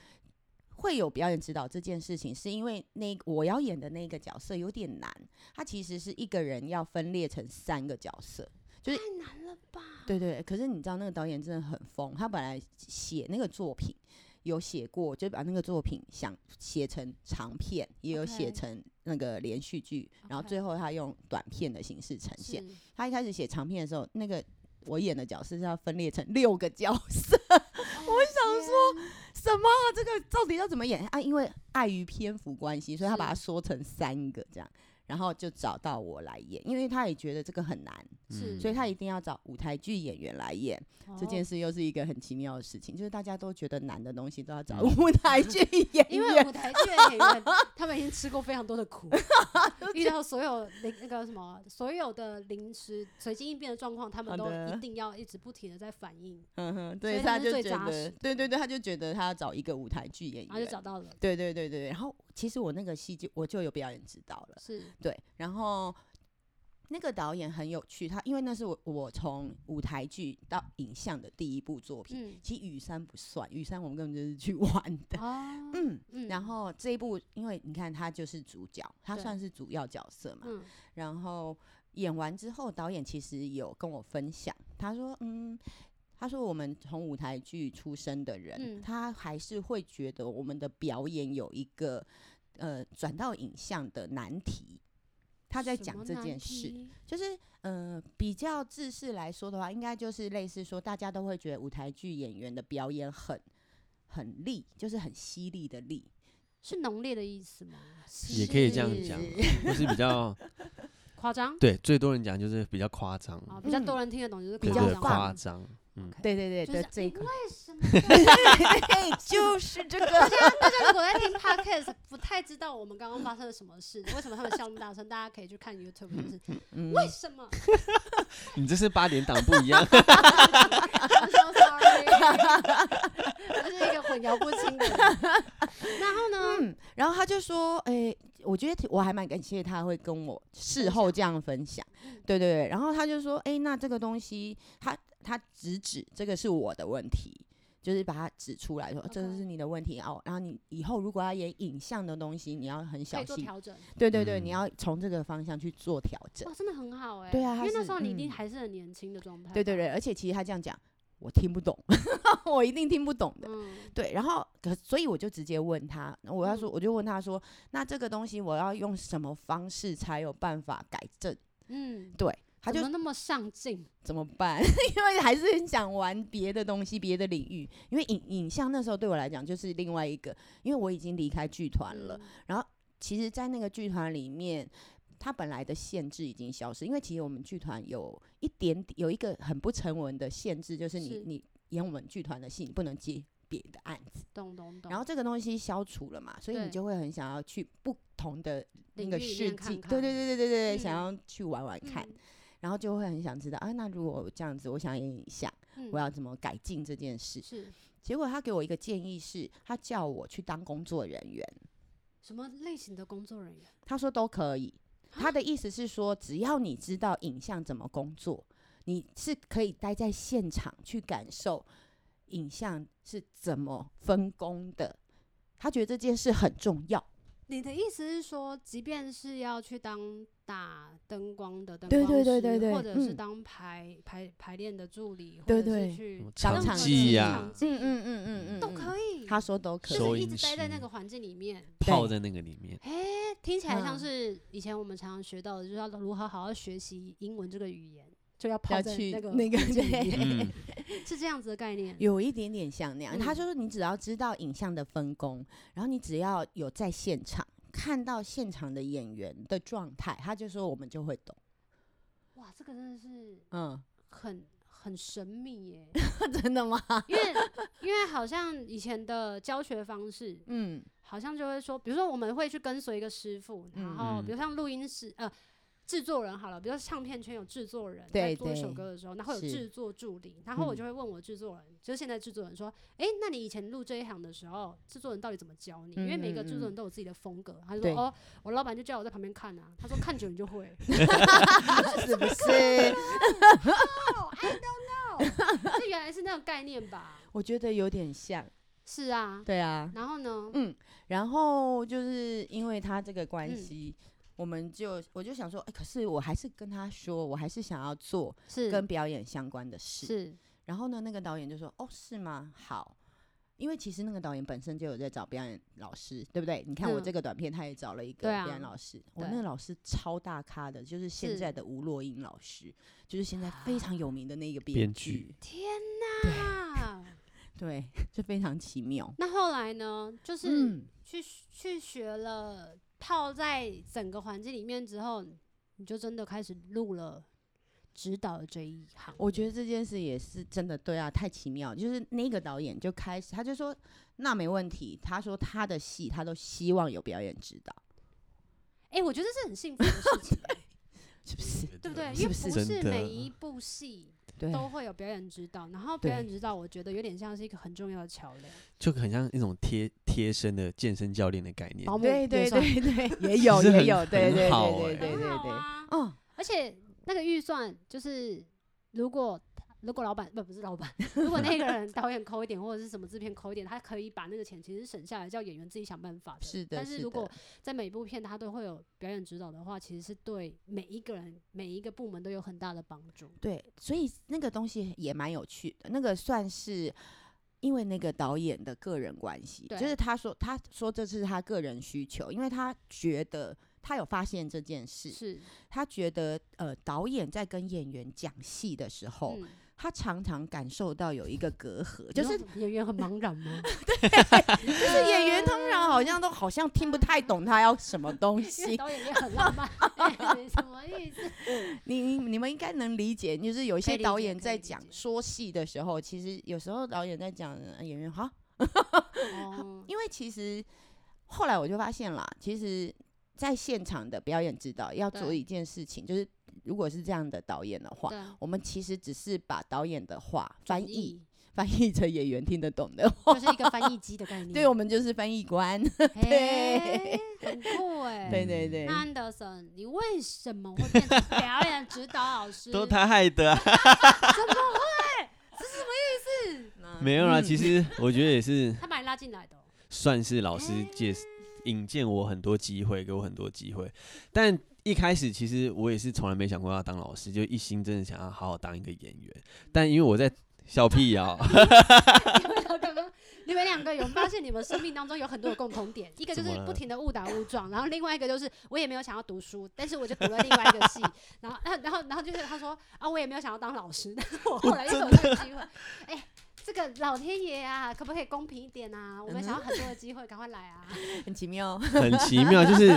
S2: 会有表演指导这件事情，是因为那我要演的那个角色有点难，它其实是一个人要分裂成三个角色。就是
S1: 太难了吧？
S2: 对对，可是你知道那个导演真的很疯，他本来写那个作品有写过，就把那个作品想写成长片，也有写
S1: OK
S2: 成那个连续剧然后
S1: OK
S2: 最后他用短片的形式呈现。
S1: 是
S2: 他一开始写长片的时候，那个我演的角色是要分裂成六个角色，
S1: 我想说，
S2: 什么？这个到底要怎么演啊？因为碍于篇幅关系，所以他把它缩成三个这样。然后就找到我来演，因为他也觉得这个很难，
S3: 嗯
S1: 是
S2: 所以他一定要找舞台剧演员来演。这件
S1: 事，
S2: 事又是一个很奇妙的事情，就是大家都觉得难的东西都要找
S3: 嗯
S2: 舞台剧演
S1: 哦因为
S2: (laughs) 员。
S1: 舞台剧的演员他们已经吃过非常多的
S2: (laughs)
S1: 苦，遇到所有临那个什么所有的临时随机应变的状况，他们
S2: 好
S1: 都
S2: 的
S1: 一定要一直不停的在反应，
S2: 嗯哼，
S1: 所以
S2: 对，
S1: 他
S2: 他
S1: 是
S2: 就
S1: 最
S2: 觉
S1: 扎
S2: 得
S1: 实，
S2: 对对对，他就觉得他要找一个舞台剧演
S1: 然后就
S2: 员。
S1: 找到了，
S2: 对对对对，然后其实我那个戏就我就有表演指导了，
S1: 是
S2: 对，然后那个导演很有趣，他因为那是我我从舞台剧到影像的第一部作品，
S1: 嗯
S2: 其实雨山不算，雨山我们根本就是去玩的，
S1: 啊
S2: 嗯，
S1: 嗯
S2: 然后这一部因为你看他就是主角，他
S1: 对
S2: 算是主要角色嘛，
S1: 嗯
S2: 然后演完之后，导演其实有跟我分享，他说，嗯，他说我们从舞台剧出身的人，
S1: 嗯
S2: 他还是会觉得我们的表演有一个呃转到影像的难题。他在
S1: 什
S2: 讲
S1: 么
S2: 这
S1: 难
S2: 件事，
S1: 题
S2: 就是呃，比较制式来说的话，应该就是类似说，大家都会觉得舞台剧演员的表演很很力，就是很犀利的力，
S1: 是浓烈的意思吗？
S3: 也可以这样讲啊，
S2: (laughs)
S3: 或是比较
S1: 夸张
S3: 对，最多人讲就是比较夸张，
S1: 啊，比较
S2: 嗯
S1: 多人听得懂就是
S2: 比
S3: 对
S2: 较
S3: 对，
S1: 夸
S3: 夸
S1: 张。
S3: 张，嗯，
S2: 对对对
S1: 就是
S2: 的这一块，
S1: 为什么大家
S2: 就是这个，
S1: 大家如果在听 podcast 不太知道我们刚刚发生了什么事，为什么他们笑那么大声？大家可以去看 YouTube，就是
S2: (laughs) 嗯
S1: 为什么
S3: 你这是八点档不一样，
S1: ？I'm so sorry，这是一个混淆不清的人。然后呢，
S2: 嗯，然后他就说，诶，我觉得挺我还蛮感谢他会跟我事后这样分享，
S1: 嗯
S2: 对对对。然后他就说，诶，那这个东西，他他直指这个是我的问题，就是把它指出来说，这个
S1: OK
S2: 是你的问题哦。然后你以后如果要演影像的东西，你要很
S1: 可
S2: 小
S1: 以做
S2: 心，
S1: 调整，
S2: 对对对，
S3: 嗯
S2: 你要从这个方向去做调整
S1: 哇，。真的很好哎。
S2: 对啊
S1: 因
S2: 他
S1: 为那
S2: 是
S1: 时候你一定
S2: 嗯
S1: 还是很年轻的状态。
S2: 对对对，，而且其实他这样讲，我听不懂， (laughs) 我一定听不懂的。
S1: 嗯，
S2: 对，然后可所以我就直接问他，我要说我就问他说，那这个东西我要用什么方式才有办法改正？
S1: 嗯，
S2: 对，他
S1: 怎
S2: 就
S1: 么那么上进？
S2: 怎么办？ (laughs) 因为还是很想玩别的东西，别的领域。因为影影像那时候对我来讲就是另外一个，因为我已经离开剧团了。
S1: 嗯，
S2: 其实，在那个剧团里面。它本来的限制已经消失，因为其实我们剧团有一点有一个很不成文的限制，就是你
S1: 是
S2: 你演我们剧团的戏，你不能接别的案子。
S1: 懂懂懂。
S2: 然后这个东西消除了嘛，所以
S1: 对
S2: 你就会很想要去不同的那
S1: 领
S2: 个
S1: 域里
S2: 世
S1: 面看
S2: 纪，
S1: 看
S2: 对对对对对对，
S1: 嗯
S2: 想要去玩玩看，
S1: 嗯
S2: 然后就会很想知道啊，那如果我这样子，我想演影像，
S1: 嗯
S2: 我要怎么改进这件事？
S1: 是
S2: 结果他给我一个建议是，他叫我去当工作人员，
S1: 什么类型的工作人员？
S2: 他说都可以，
S1: 啊
S2: 他的意思是说，只要你知道影像怎么工作，你是可以待在现场去感受影像是怎么分工的，他觉得这件事很重要。
S1: 你的意思是说，即便是要去当打灯光的灯
S2: 对
S1: 光
S2: 对
S1: 师，
S2: 对对对
S1: 或者是
S2: 嗯
S1: 当排、排排练的助理，或
S2: 对
S1: 者是
S2: 对
S1: 去
S3: 场
S1: 任何的
S3: 记啊呀
S1: 场
S2: 嗯
S1: 记
S2: 嗯嗯嗯嗯，
S1: 都
S2: 嗯
S1: 可以。
S2: 他说都可
S1: 就
S2: 以，
S3: 收
S1: 是一
S3: 音
S1: 直待在那
S3: 师
S1: 个环境里面，
S3: 泡
S2: 对
S3: 在那个里
S1: (laughs)
S3: 面，
S1: 哎，听起来像
S2: 嗯
S1: 是以前我们常常学到的，就是要如何好好学习英文这个语言，就要泡
S2: 要
S1: 在
S2: 去
S1: 那个
S2: 那个
S1: 环境里
S2: 对 (laughs)
S1: 面 (laughs)
S3: 嗯，
S1: 是这样子的概念。
S2: 有一点点像那样。
S1: 嗯
S2: 他就是你只要知道影像的分工，然后你只要有在现场看到现场的演员的状态，他就说我们就会懂。
S1: 哇，这个真的是 (laughs)
S2: 嗯，
S1: 很很神秘耶， (laughs)
S2: 真的吗？
S1: 因为因为好像以前的教学方式，
S2: 嗯，
S1: 好像就会说，比如说我们会去跟随一个师傅，然
S2: 嗯
S1: 后
S3: 嗯
S1: 比如像录音师呃制作人好了，比如说唱片圈有制作人在
S2: 对
S1: 做一首
S2: 对
S1: 歌的时候，然后有
S2: 是
S1: 制作助理，然后我
S2: 嗯
S1: 就会问我制作人，就是现在制作人说，诶，那你以前录这一行的时候，制作人到底怎么教你？因为每个制作人
S2: 嗯嗯嗯
S1: 都有自己的风格，他就
S2: 对
S1: 说哦，我老板就叫我在旁边看啊，他说看久你就会， (laughs) 嗯
S2: 是不是？ (laughs)
S1: 这原来是那个概念吧？
S2: 我觉得有点像。
S1: 是啊，
S2: 对啊，
S1: 然后呢？
S2: 嗯，然后就是因为他这个关
S1: 嗯
S2: 系。我们就我就想说，哎、可是我还是跟他说，我还是想要做
S1: 是
S2: 跟表演相关的事。
S1: 是
S2: 然后呢，那个导演就说：“哦，是吗？好，因为其实那个导演本身就有在找表演老师，对不对？你看我
S1: 嗯
S2: 这个短片，他也找了一个
S1: 对啊
S2: 表演老师，我
S1: 对
S2: 那个老师超大咖的，就是现
S1: 是
S2: 在的吴若英老师，就是现在非常有名的那个
S3: 编剧
S2: 剧，
S1: 啊。
S2: 对， (laughs) 就非常奇妙。
S1: 那后来呢？就是。
S2: 嗯，
S1: 去学去学了泡在整个环境里面之后，你就真的开始入了指导的这一行。
S2: 我觉得这件事也是真的，对啊，太奇妙。就是那个导演就开始，他就说那没问题，他说他的戏他都希望有表演指导，
S1: 哎、我觉得这是很幸福的事情，
S2: (laughs) 是不是？
S1: 对不对？因
S2: 是
S1: 为
S2: 不是
S1: 不是
S3: 真的
S1: 每一部戏
S2: 对啊
S1: 都会有表演指导，然后
S2: 对
S1: 表演指导，我觉得有点像是一个很重要的桥梁。
S3: 就很像一种贴贴身的健身教练的概念
S1: 保。姆
S2: 对对
S1: 也算
S2: 对
S3: (laughs)
S2: 对，也有
S3: 其实
S2: 也
S3: 很
S2: 有，对
S3: 很
S2: 对对
S3: 好
S2: 对
S3: 欸
S2: 对对
S1: 很好
S2: 对，
S1: 啊
S2: 哦，
S1: 而且那个预算就是，如果如果老板不不是老板， (laughs) 如果那个人导演抠一点或者是什么制片抠一点，他可以把那个钱其实省下来，叫演员自己想办法的。
S2: 是的
S1: 但
S2: 是
S1: 是如果
S2: 的
S1: 在每一部片他都会有表演指导的话，其实是对每一个人每一个部门都有很大的帮助。
S2: 对，所以那个东西也蛮有趣的，那个算是。因为那个导演的个人关系，就
S1: 对
S2: 是他说，他说这是他个人需求，因为他觉得他有发现这件事，
S1: 是，
S2: 他觉得呃，导演在跟演员讲戏的时候，
S1: 嗯，
S2: 他常常感受到有一个隔阂，哦就
S1: 你
S2: 是
S1: 说演员很茫然
S2: (laughs)
S1: 吗？
S2: 就是演员通常好像都好像听不太懂他要什么东
S1: 因为
S2: 西，
S1: 导演也很浪漫， (laughs) 哎什么意思？
S2: 你你你们应该能理解，就是有一
S1: 可
S2: 些
S1: 以理
S2: 导
S1: 解
S2: 演
S1: 可以
S2: 在
S1: 理
S2: 讲
S1: 解
S2: 说戏的时候，其实有时候导演在讲呃演员哈，
S1: 哦，
S2: (laughs) 因为其实后来我就发现啦，其实在现场的表演指导要做
S1: 对
S2: 一件事情，就是如果是这样的导演的话，
S1: 对，
S2: 我们其实只是把导演的话翻译
S1: 译
S2: 翻译成演员听得懂的话，
S1: 就是一个翻译机的概念。
S2: (laughs) 对我们就是翻译官，
S1: 嘿，很酷哎、
S2: 对对对。
S1: 那安德森，你为什么会变成表演指导老 (laughs) 师？
S3: 都他害的、啊， (laughs) 没有啦。啊
S1: 嗯
S3: 其实我觉得也是，
S1: 他把你拉进来的哦、 (laughs)
S3: 算是老
S1: 嗯
S3: 师介引荐我很多机会，给我很多机会。但一开始其实我也是从来没想过要当老师，就一心真的想要好好当一个演员。但因为我在小屁啊
S1: (laughs)
S3: 谣，
S1: 你们两个你们两个有发现你们生命当中有很多的共同点，一个就是
S3: 怎么了
S1: 不停的误打误撞，然后另外一个就是我也没有想要读书，但是我就读了另外一个 (laughs) 系，然后然后然后然后就是他说啊，我也没有想要当老师，但是我后来又有这个机会，哎、这个老天爷啊，可不可以公平一点啊？我们想要很多的机会，赶快来啊！
S2: 很奇妙，
S3: 很奇妙，就是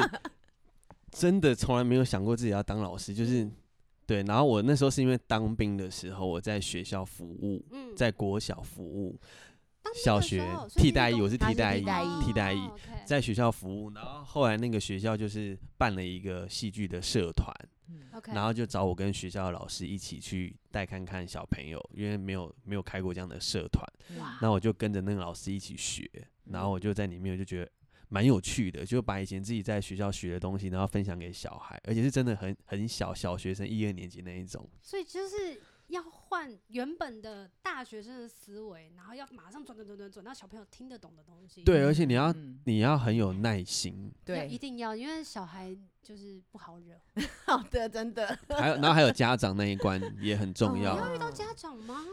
S3: 真的从来没有想过自己要当老师，就是
S1: 嗯
S3: 对。然后我那时候是因为当兵的时候，我在学校服务，
S1: 嗯，
S3: 在国小服务，
S1: 当兵
S3: 小
S1: 的时
S3: 学
S1: 候所以
S3: 替
S1: 你
S3: 代
S1: 懂
S3: 役，我是
S2: 他
S3: 替
S2: 是
S3: 代
S2: 替
S3: 役，
S2: 代役
S3: 替代役
S1: 哦，OK
S3: 在学校服务。然后后来那个学校就是办了一个戏剧的社团，
S1: OK，
S3: 然后就找我跟学校的老师一起去带看看小朋友，因为没有没有开过这样的社团。
S1: 哇，
S3: 那我就跟着那个老师一起学，然
S1: 嗯
S3: 后我就在里面我就觉得蛮有趣的，就把以前自己在学校学的东西，然后分享给小孩，而且是真的很很小小学生一二年级那一种。
S1: 所以就是要换原本的大学生的思维，然后要马上转转转转转到小朋友听得懂的东西。
S3: 对，而且你要
S2: 嗯
S3: 你要很有耐
S1: (laughs)
S3: 心，
S1: 要
S2: 对
S1: 一，定要，因为小孩就是不好惹。
S2: (laughs) 好的，真的，
S3: 还有然后还有家长那一关也很重
S1: 你
S3: 要，
S1: 要遇到家长吗？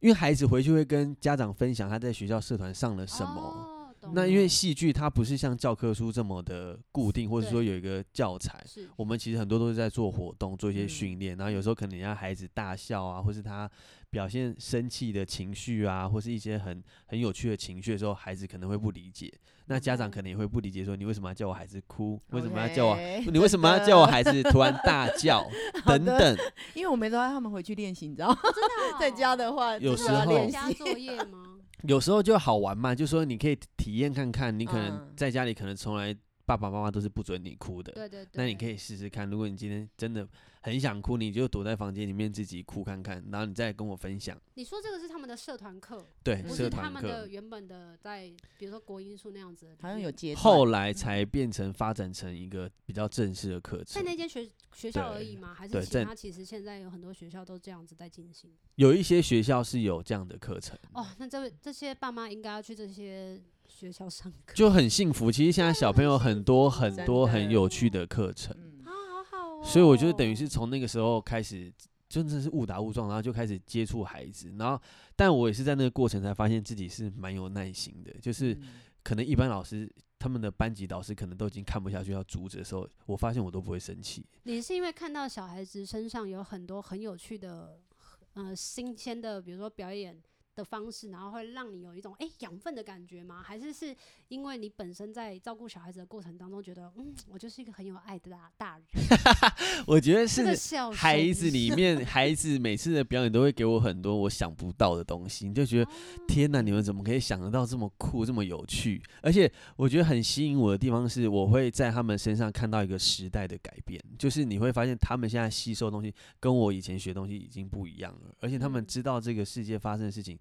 S3: 因为孩子回去会跟家长分享他在学校社团上了什么。
S1: 哦？懂
S3: 那
S1: 了
S3: 因为戏剧它不是像教科书这么的固定，或者
S1: 对
S3: 说有一个教材，
S1: 是
S3: 我们其实很多都是在做活动，做一些
S2: 嗯
S3: 训练，然后有时候可能让孩子大笑啊，或是他表现生气的情绪啊，或是一些很很有趣的情绪的时候，孩子可能会不理解，那家长可能也会不理解，说你为什么要叫我孩子哭？为什么要叫我？
S2: 嗯 OK，
S3: 你为什么要
S2: 真
S3: 叫我
S2: 的
S3: 孩子突然大
S2: (laughs)
S3: 叫？等
S2: 的
S3: 等，
S2: (laughs) 因为我没都让他们回去练习，你知道吗，
S1: 真的哦
S2: (laughs) 在家的话，
S3: 有
S2: 真
S1: 真的有
S2: 的要
S3: 时候
S1: 在
S2: 练
S1: 家
S2: 习，
S1: 作
S2: (laughs)
S1: 业
S3: (laughs)
S1: 吗？
S3: 有时候就好玩嘛，就说你可以体验看看，你可能
S2: 嗯
S3: 在家里可能从来爸爸妈妈都是不准你哭的，
S1: 对对对。
S3: 那你可以试试看，如果你今天真的很想哭，你就躲在房间里面自己哭看看，然后你再跟我分享。
S1: 你说这个是他们的社团课，
S3: 对，
S1: 不
S3: 嗯社
S1: 是他
S3: 团
S1: 们
S3: 课
S1: 的原本的在，比如说国音数那样子的理念。
S2: 好像有阶段
S3: 后
S1: 嗯
S3: 来才变成发展成一个比较正式的课
S1: 在
S3: 程。
S1: 那间学学校而
S3: 对
S1: 已吗？还
S3: 对
S1: 是其
S3: 在
S1: 他？其实现在有很多学校都这样子在进行。
S3: 有一些学校是有这样的课程，
S1: 哦，那这位这些爸妈应该要去这些学校上课啊
S3: 就很幸福。其实现在小朋友很多很多
S2: 真的
S3: 很有趣的课程，
S2: 嗯
S1: 啊，好好哦。
S3: 所以我觉得等于是从那个时候开始。真的是误打误撞，然后就开始接触孩子，然后，但我也是在那个过程才发现自己是蛮有耐心的，就是
S2: 嗯
S3: 可能一般老师他们的班级导师可能都已经看不下去要阻止的时候，我发现我都不会生气， (laughs)
S1: 你是因为看到小孩子身上有很多很有趣的，呃，新鲜的，比如说表演的方式，然后会让你有一种哎养、分的感觉吗？还是是因为你本身在照顾小孩子的过程当中，觉得嗯，我就是一个很有爱的大大人？
S3: 我觉得
S1: 这个
S3: 是
S1: 笑
S3: 孩子
S1: 你
S3: 里面，孩子每次的表演都会给我很多我想不到的东西，你就
S1: 哦
S3: 觉得天哪，你们怎么可以想得到这么酷、这么有趣？而且我觉得很吸引我的地方是，我会在他们身上看到一个时代的改变，就是你会发现他们现在吸收的东西跟我以前学的东西已经不一样了，而且他们
S1: 嗯
S3: 知道这个世界发生的事情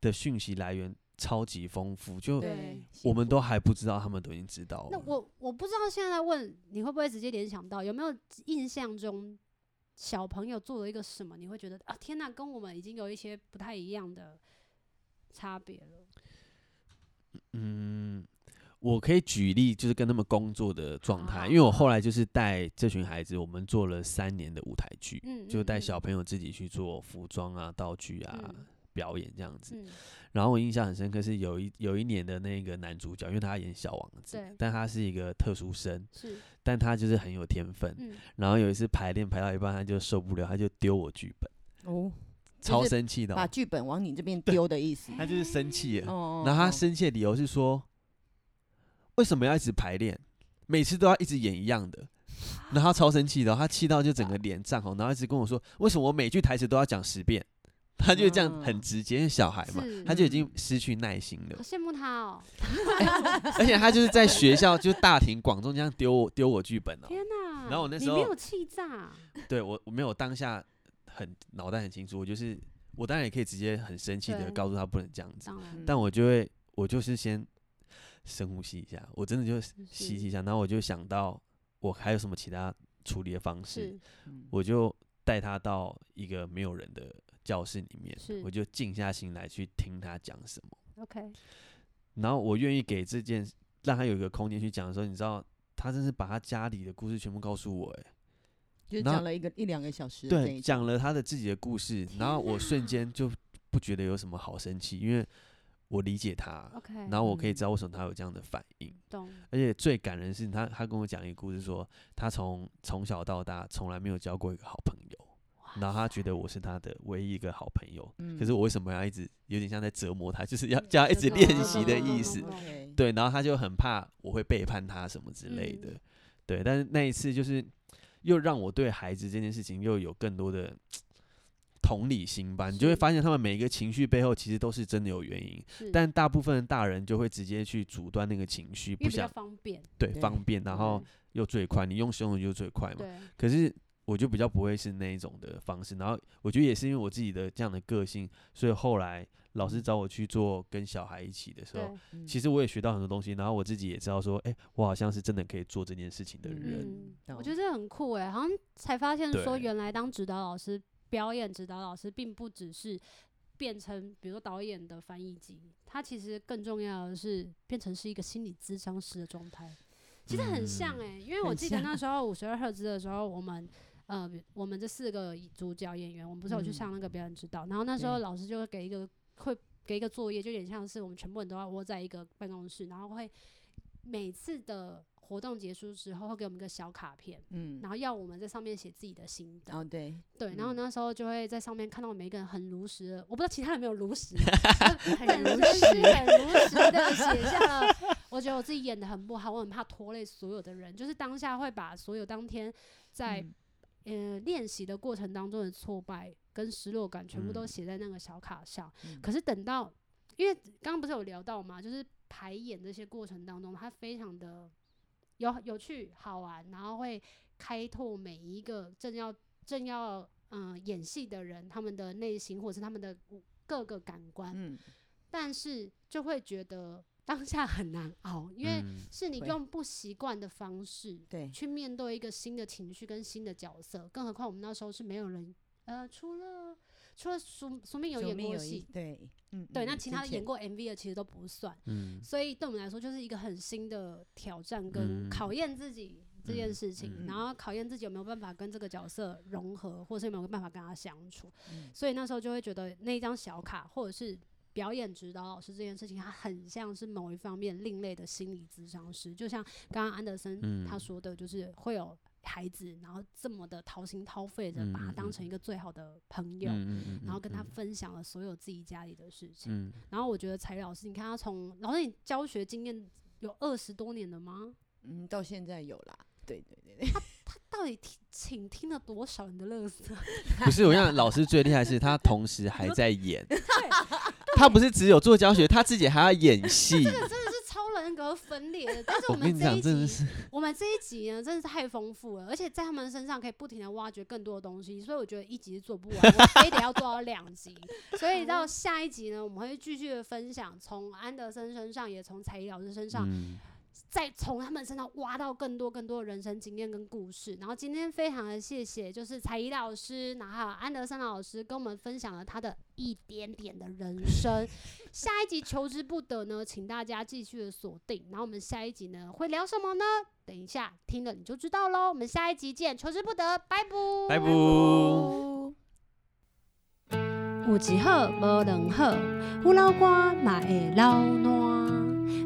S3: 的讯息来源超级丰富，就
S2: 对，
S3: 我们都还不知道，他们都已经知道了。
S1: 那我我不知道现在问你会不会直接联想到有没有印象中小朋友做了一个什么，你会觉得啊天哪，跟我们已经有一些不太一样的差别了。
S3: 嗯，我可以举例，就是跟他们工作的状
S1: 好
S3: 态，
S1: 好
S3: 因为我后来就是带这群孩子，我们做了三年的舞台剧，
S1: 嗯，
S3: 就带
S1: 嗯
S3: 小朋友自己去做服装啊、道具啊、
S1: 嗯
S3: 表演这样子。
S1: 嗯
S3: 然后我印象很深刻是有一有一年的那个男主角，因为他演小王子
S1: 对，
S3: 但他是一个特殊生，
S1: 是
S3: 但他就是很有天分。 (laughs)
S1: 嗯
S3: 然后有一次排练排到一半，他就受不了，他就丢我剧本，
S2: 哦，
S3: 超
S2: 就是
S3: 生气的哦、
S2: 把剧本往你这
S3: (laughs)
S2: 边丢的意思。
S3: 他就是生气了。
S2: 哦，
S1: 嗯
S3: 然后
S2: 哦
S3: 他生气的理由是说，为什么要一直排练，每次都要一直演一样的？然后他超生气的哦，他气到就整个脸涨红，然后一直跟我说，为什么我每句台词都要讲十遍？他就这样很
S2: 嗯
S3: 直接，因为小孩嘛
S1: 是，
S3: 他就已经失去耐心
S1: 好
S3: 了，
S1: 羡慕他哦，
S3: 而且他就是在学校就大庭广众这样丢我丢我剧本哦，
S1: 天哪！
S3: 然后我那
S1: 你
S3: 时
S1: 没
S3: 候
S1: 有气炸，
S3: 对我我没有当下很脑袋很清楚，我就是我当然也可以直接很生气的
S1: 对
S3: 告诉他不能这样子，
S1: 当然
S2: 嗯
S3: 但我就会，我就是先深呼吸一下，我真的就
S2: 嗯
S3: 吸
S1: 是
S3: 气一下，然后我就想到我还有什么其他处理的方式，
S1: 是
S2: 嗯
S3: 我就带他到一个没有人的教室里面
S1: 是，
S3: 嗯我就静下心来去听他讲什么，
S1: OK，
S3: 然后我愿意给这件让他有一个空间去讲的时候，你知道。他真是把他家里的故事全部告诉我，哎，
S2: 就是
S3: 然后
S2: 讲了一个一两个小时的这
S3: 对，
S2: 一种，
S3: 讲了他的自己的故事，然后我瞬
S1: 哪
S2: (laughs)
S3: 间就不觉得有什么好生气，因为我理解他
S1: OK，
S3: 然后我可以
S2: 嗯
S3: 知道为什么他有这样的反应。
S1: 懂
S3: 而且最感人的是他，他跟我讲一个故事说他从从小到大从来没有交过一个好朋友，然后他觉得我是他的唯一一个好朋友，
S2: 嗯
S3: 可是我为什么要一直有点像在折磨他，就是要
S1: 嗯
S3: 叫他一直
S1: 懂
S3: 练
S2: 哦
S1: 懂
S3: 习
S1: 懂
S3: 的
S1: 懂
S3: 意
S1: 懂
S3: 思
S1: 懂。懂
S2: 对，
S3: 对，然后他就很怕我会背叛他什么之类的，
S1: 嗯
S3: 对。但是那一次就是又让我对孩子这件事情又有更多的同理心吧，你就会
S1: 是
S3: 发现他们每一个情绪背后其实都是真的有原因，
S1: 是，
S3: 但大部分的大人就会直接去阻断那个情绪，
S1: 因为比
S3: 不
S1: 较
S3: 想
S1: 方便，
S3: 对
S2: 对
S3: 方便，然后又最快，你用使用就最快嘛。
S1: 嗯对
S3: 可是我就比较不会是那一种的方式，然后我觉得也是因为我自己的这样的个性，所以后来老师找我去做跟小孩一起的时候，
S1: 嗯对，
S2: 嗯
S3: 其实我也学到很多东西，然后我自己也知道说，哎、我好像是真的可以做这件事情的人。
S1: 嗯，
S2: 懂
S1: 我觉得这很酷哎，好像才发现说，
S3: 对
S1: 原来当指导老师、表演指导老师，并不只是变成比如说导演的翻译机，他其实更重要的是变成是一个心理咨商师的状态。其实很像
S3: 嗯
S1: 哎、因为我
S2: 很
S1: 记得
S2: 像
S1: 那时候五十二赫兹的时候，我们呃，我们这四个主角演员，我们不是有去
S2: 嗯
S1: 上那个表演指导，然后那时候
S2: 对
S1: 老师就会给一个会给一个作业，就有点像是我们全部人都要窝在一个办公室，然后会每次的活动结束之后会给我们一个小卡片，
S2: 嗯，
S1: 然后要我们在上面写自己的心得。
S2: 然后对，
S1: 对，然后
S2: 嗯
S1: 那时候就会在上面看到每一个人很如实的，我不知道其他人有没有如实啊，
S4: (laughs) 很
S1: 本
S4: 如
S1: 身是
S4: 实。
S1: 很如实的写下了，我觉得我自己演的很不好，我很怕拖累所有的人，就是当下会把所有当天在、
S2: 嗯
S1: 呃练习的过程当中的挫败跟失落感，全部都
S3: 嗯
S1: 写在那个小卡上。
S2: 嗯
S1: 可是等到，因为刚刚不是有聊到嘛，就是排演这些过程当中，它非常的有有趣、好玩，然后会开拓每一个正要正要嗯、呃演戏的人他们的内心或者是他们的各个感官，
S2: 嗯，
S1: 但是就会觉得当下很难熬，因为
S3: 嗯
S1: 是你
S2: 会
S1: 用不习惯的方式
S2: 对，
S1: 去面对一个新的情绪跟新的角色，更何况我们那时候是没有人，呃，除了除了苏苏命有
S2: 九
S1: 演
S2: 命
S1: 过
S2: 有一
S1: 戏，
S2: 对，嗯，
S1: 对，那
S2: 嗯
S1: 其
S2: 之
S1: 他的演
S2: 前
S1: 过 MV 的其实都不算， (laughs)
S3: 嗯，
S1: 所以对我们来说就是一个很新的挑战跟
S3: 嗯
S1: 考验自己这件事情，
S2: 嗯嗯
S1: 然后考验自己有没有办法跟这个角色融合，或是有没有办法跟他相处。
S2: 嗯
S1: 所以那时候就会觉得那一张小卡或者是表演指导老师这件事情，它很像是某一方面另类的心理咨商师，就像刚刚安德森
S3: 嗯
S1: 他说的，就是会有。孩子，然后这么的掏心掏肺的
S3: 嗯
S1: 把他
S3: 嗯
S1: 当
S3: 嗯
S1: 成一个最好的朋友，
S3: 嗯嗯嗯，
S1: 然后跟他
S3: 嗯
S1: 分享了所有自己家里的事情。
S3: 嗯，
S1: 然后我觉得才老师，你看他从老师你教学经验有二十多年了吗？
S2: 嗯，到现在有啦，对对对
S1: 到底听请听了多少人的乐色？ (laughs)
S3: 嗯不是，我想老师最厉害是他同时还
S1: (laughs)
S3: 在演，他不是只有做教学，他自己还要演
S1: (laughs)
S3: 戏。
S1: 真的是超人格分裂的。但是
S3: 我
S1: 们
S3: 跟你
S1: 这
S3: 讲，
S1: 一
S3: 真的
S1: 集，
S3: 是，
S1: 我们这一集呢，真的是太丰富了，而且在他们身上可以不停的挖掘更多的东西，所以我觉得一集是做不完，我非得要做到两 (laughs) 集。所以到下一集呢，我们会继续的分享，从安德森身上，也从彩怡老师身上，
S3: 嗯，
S1: 再从他们身上挖到更多更多的人生经验跟故事。然后今天非常的谢谢，就是彩怡老师，然后还有安德森老师跟我们分享了他的一点点的人生。下一集求之不得呢，请大家继续的锁定。然后我们下一集呢会聊什么呢？等一下听了你就知道喽。我们下一集见，求之不得，拜拜。
S3: 拜拜。
S2: 对。
S1: 有一好无两好，胡老瓜嘛会老烂。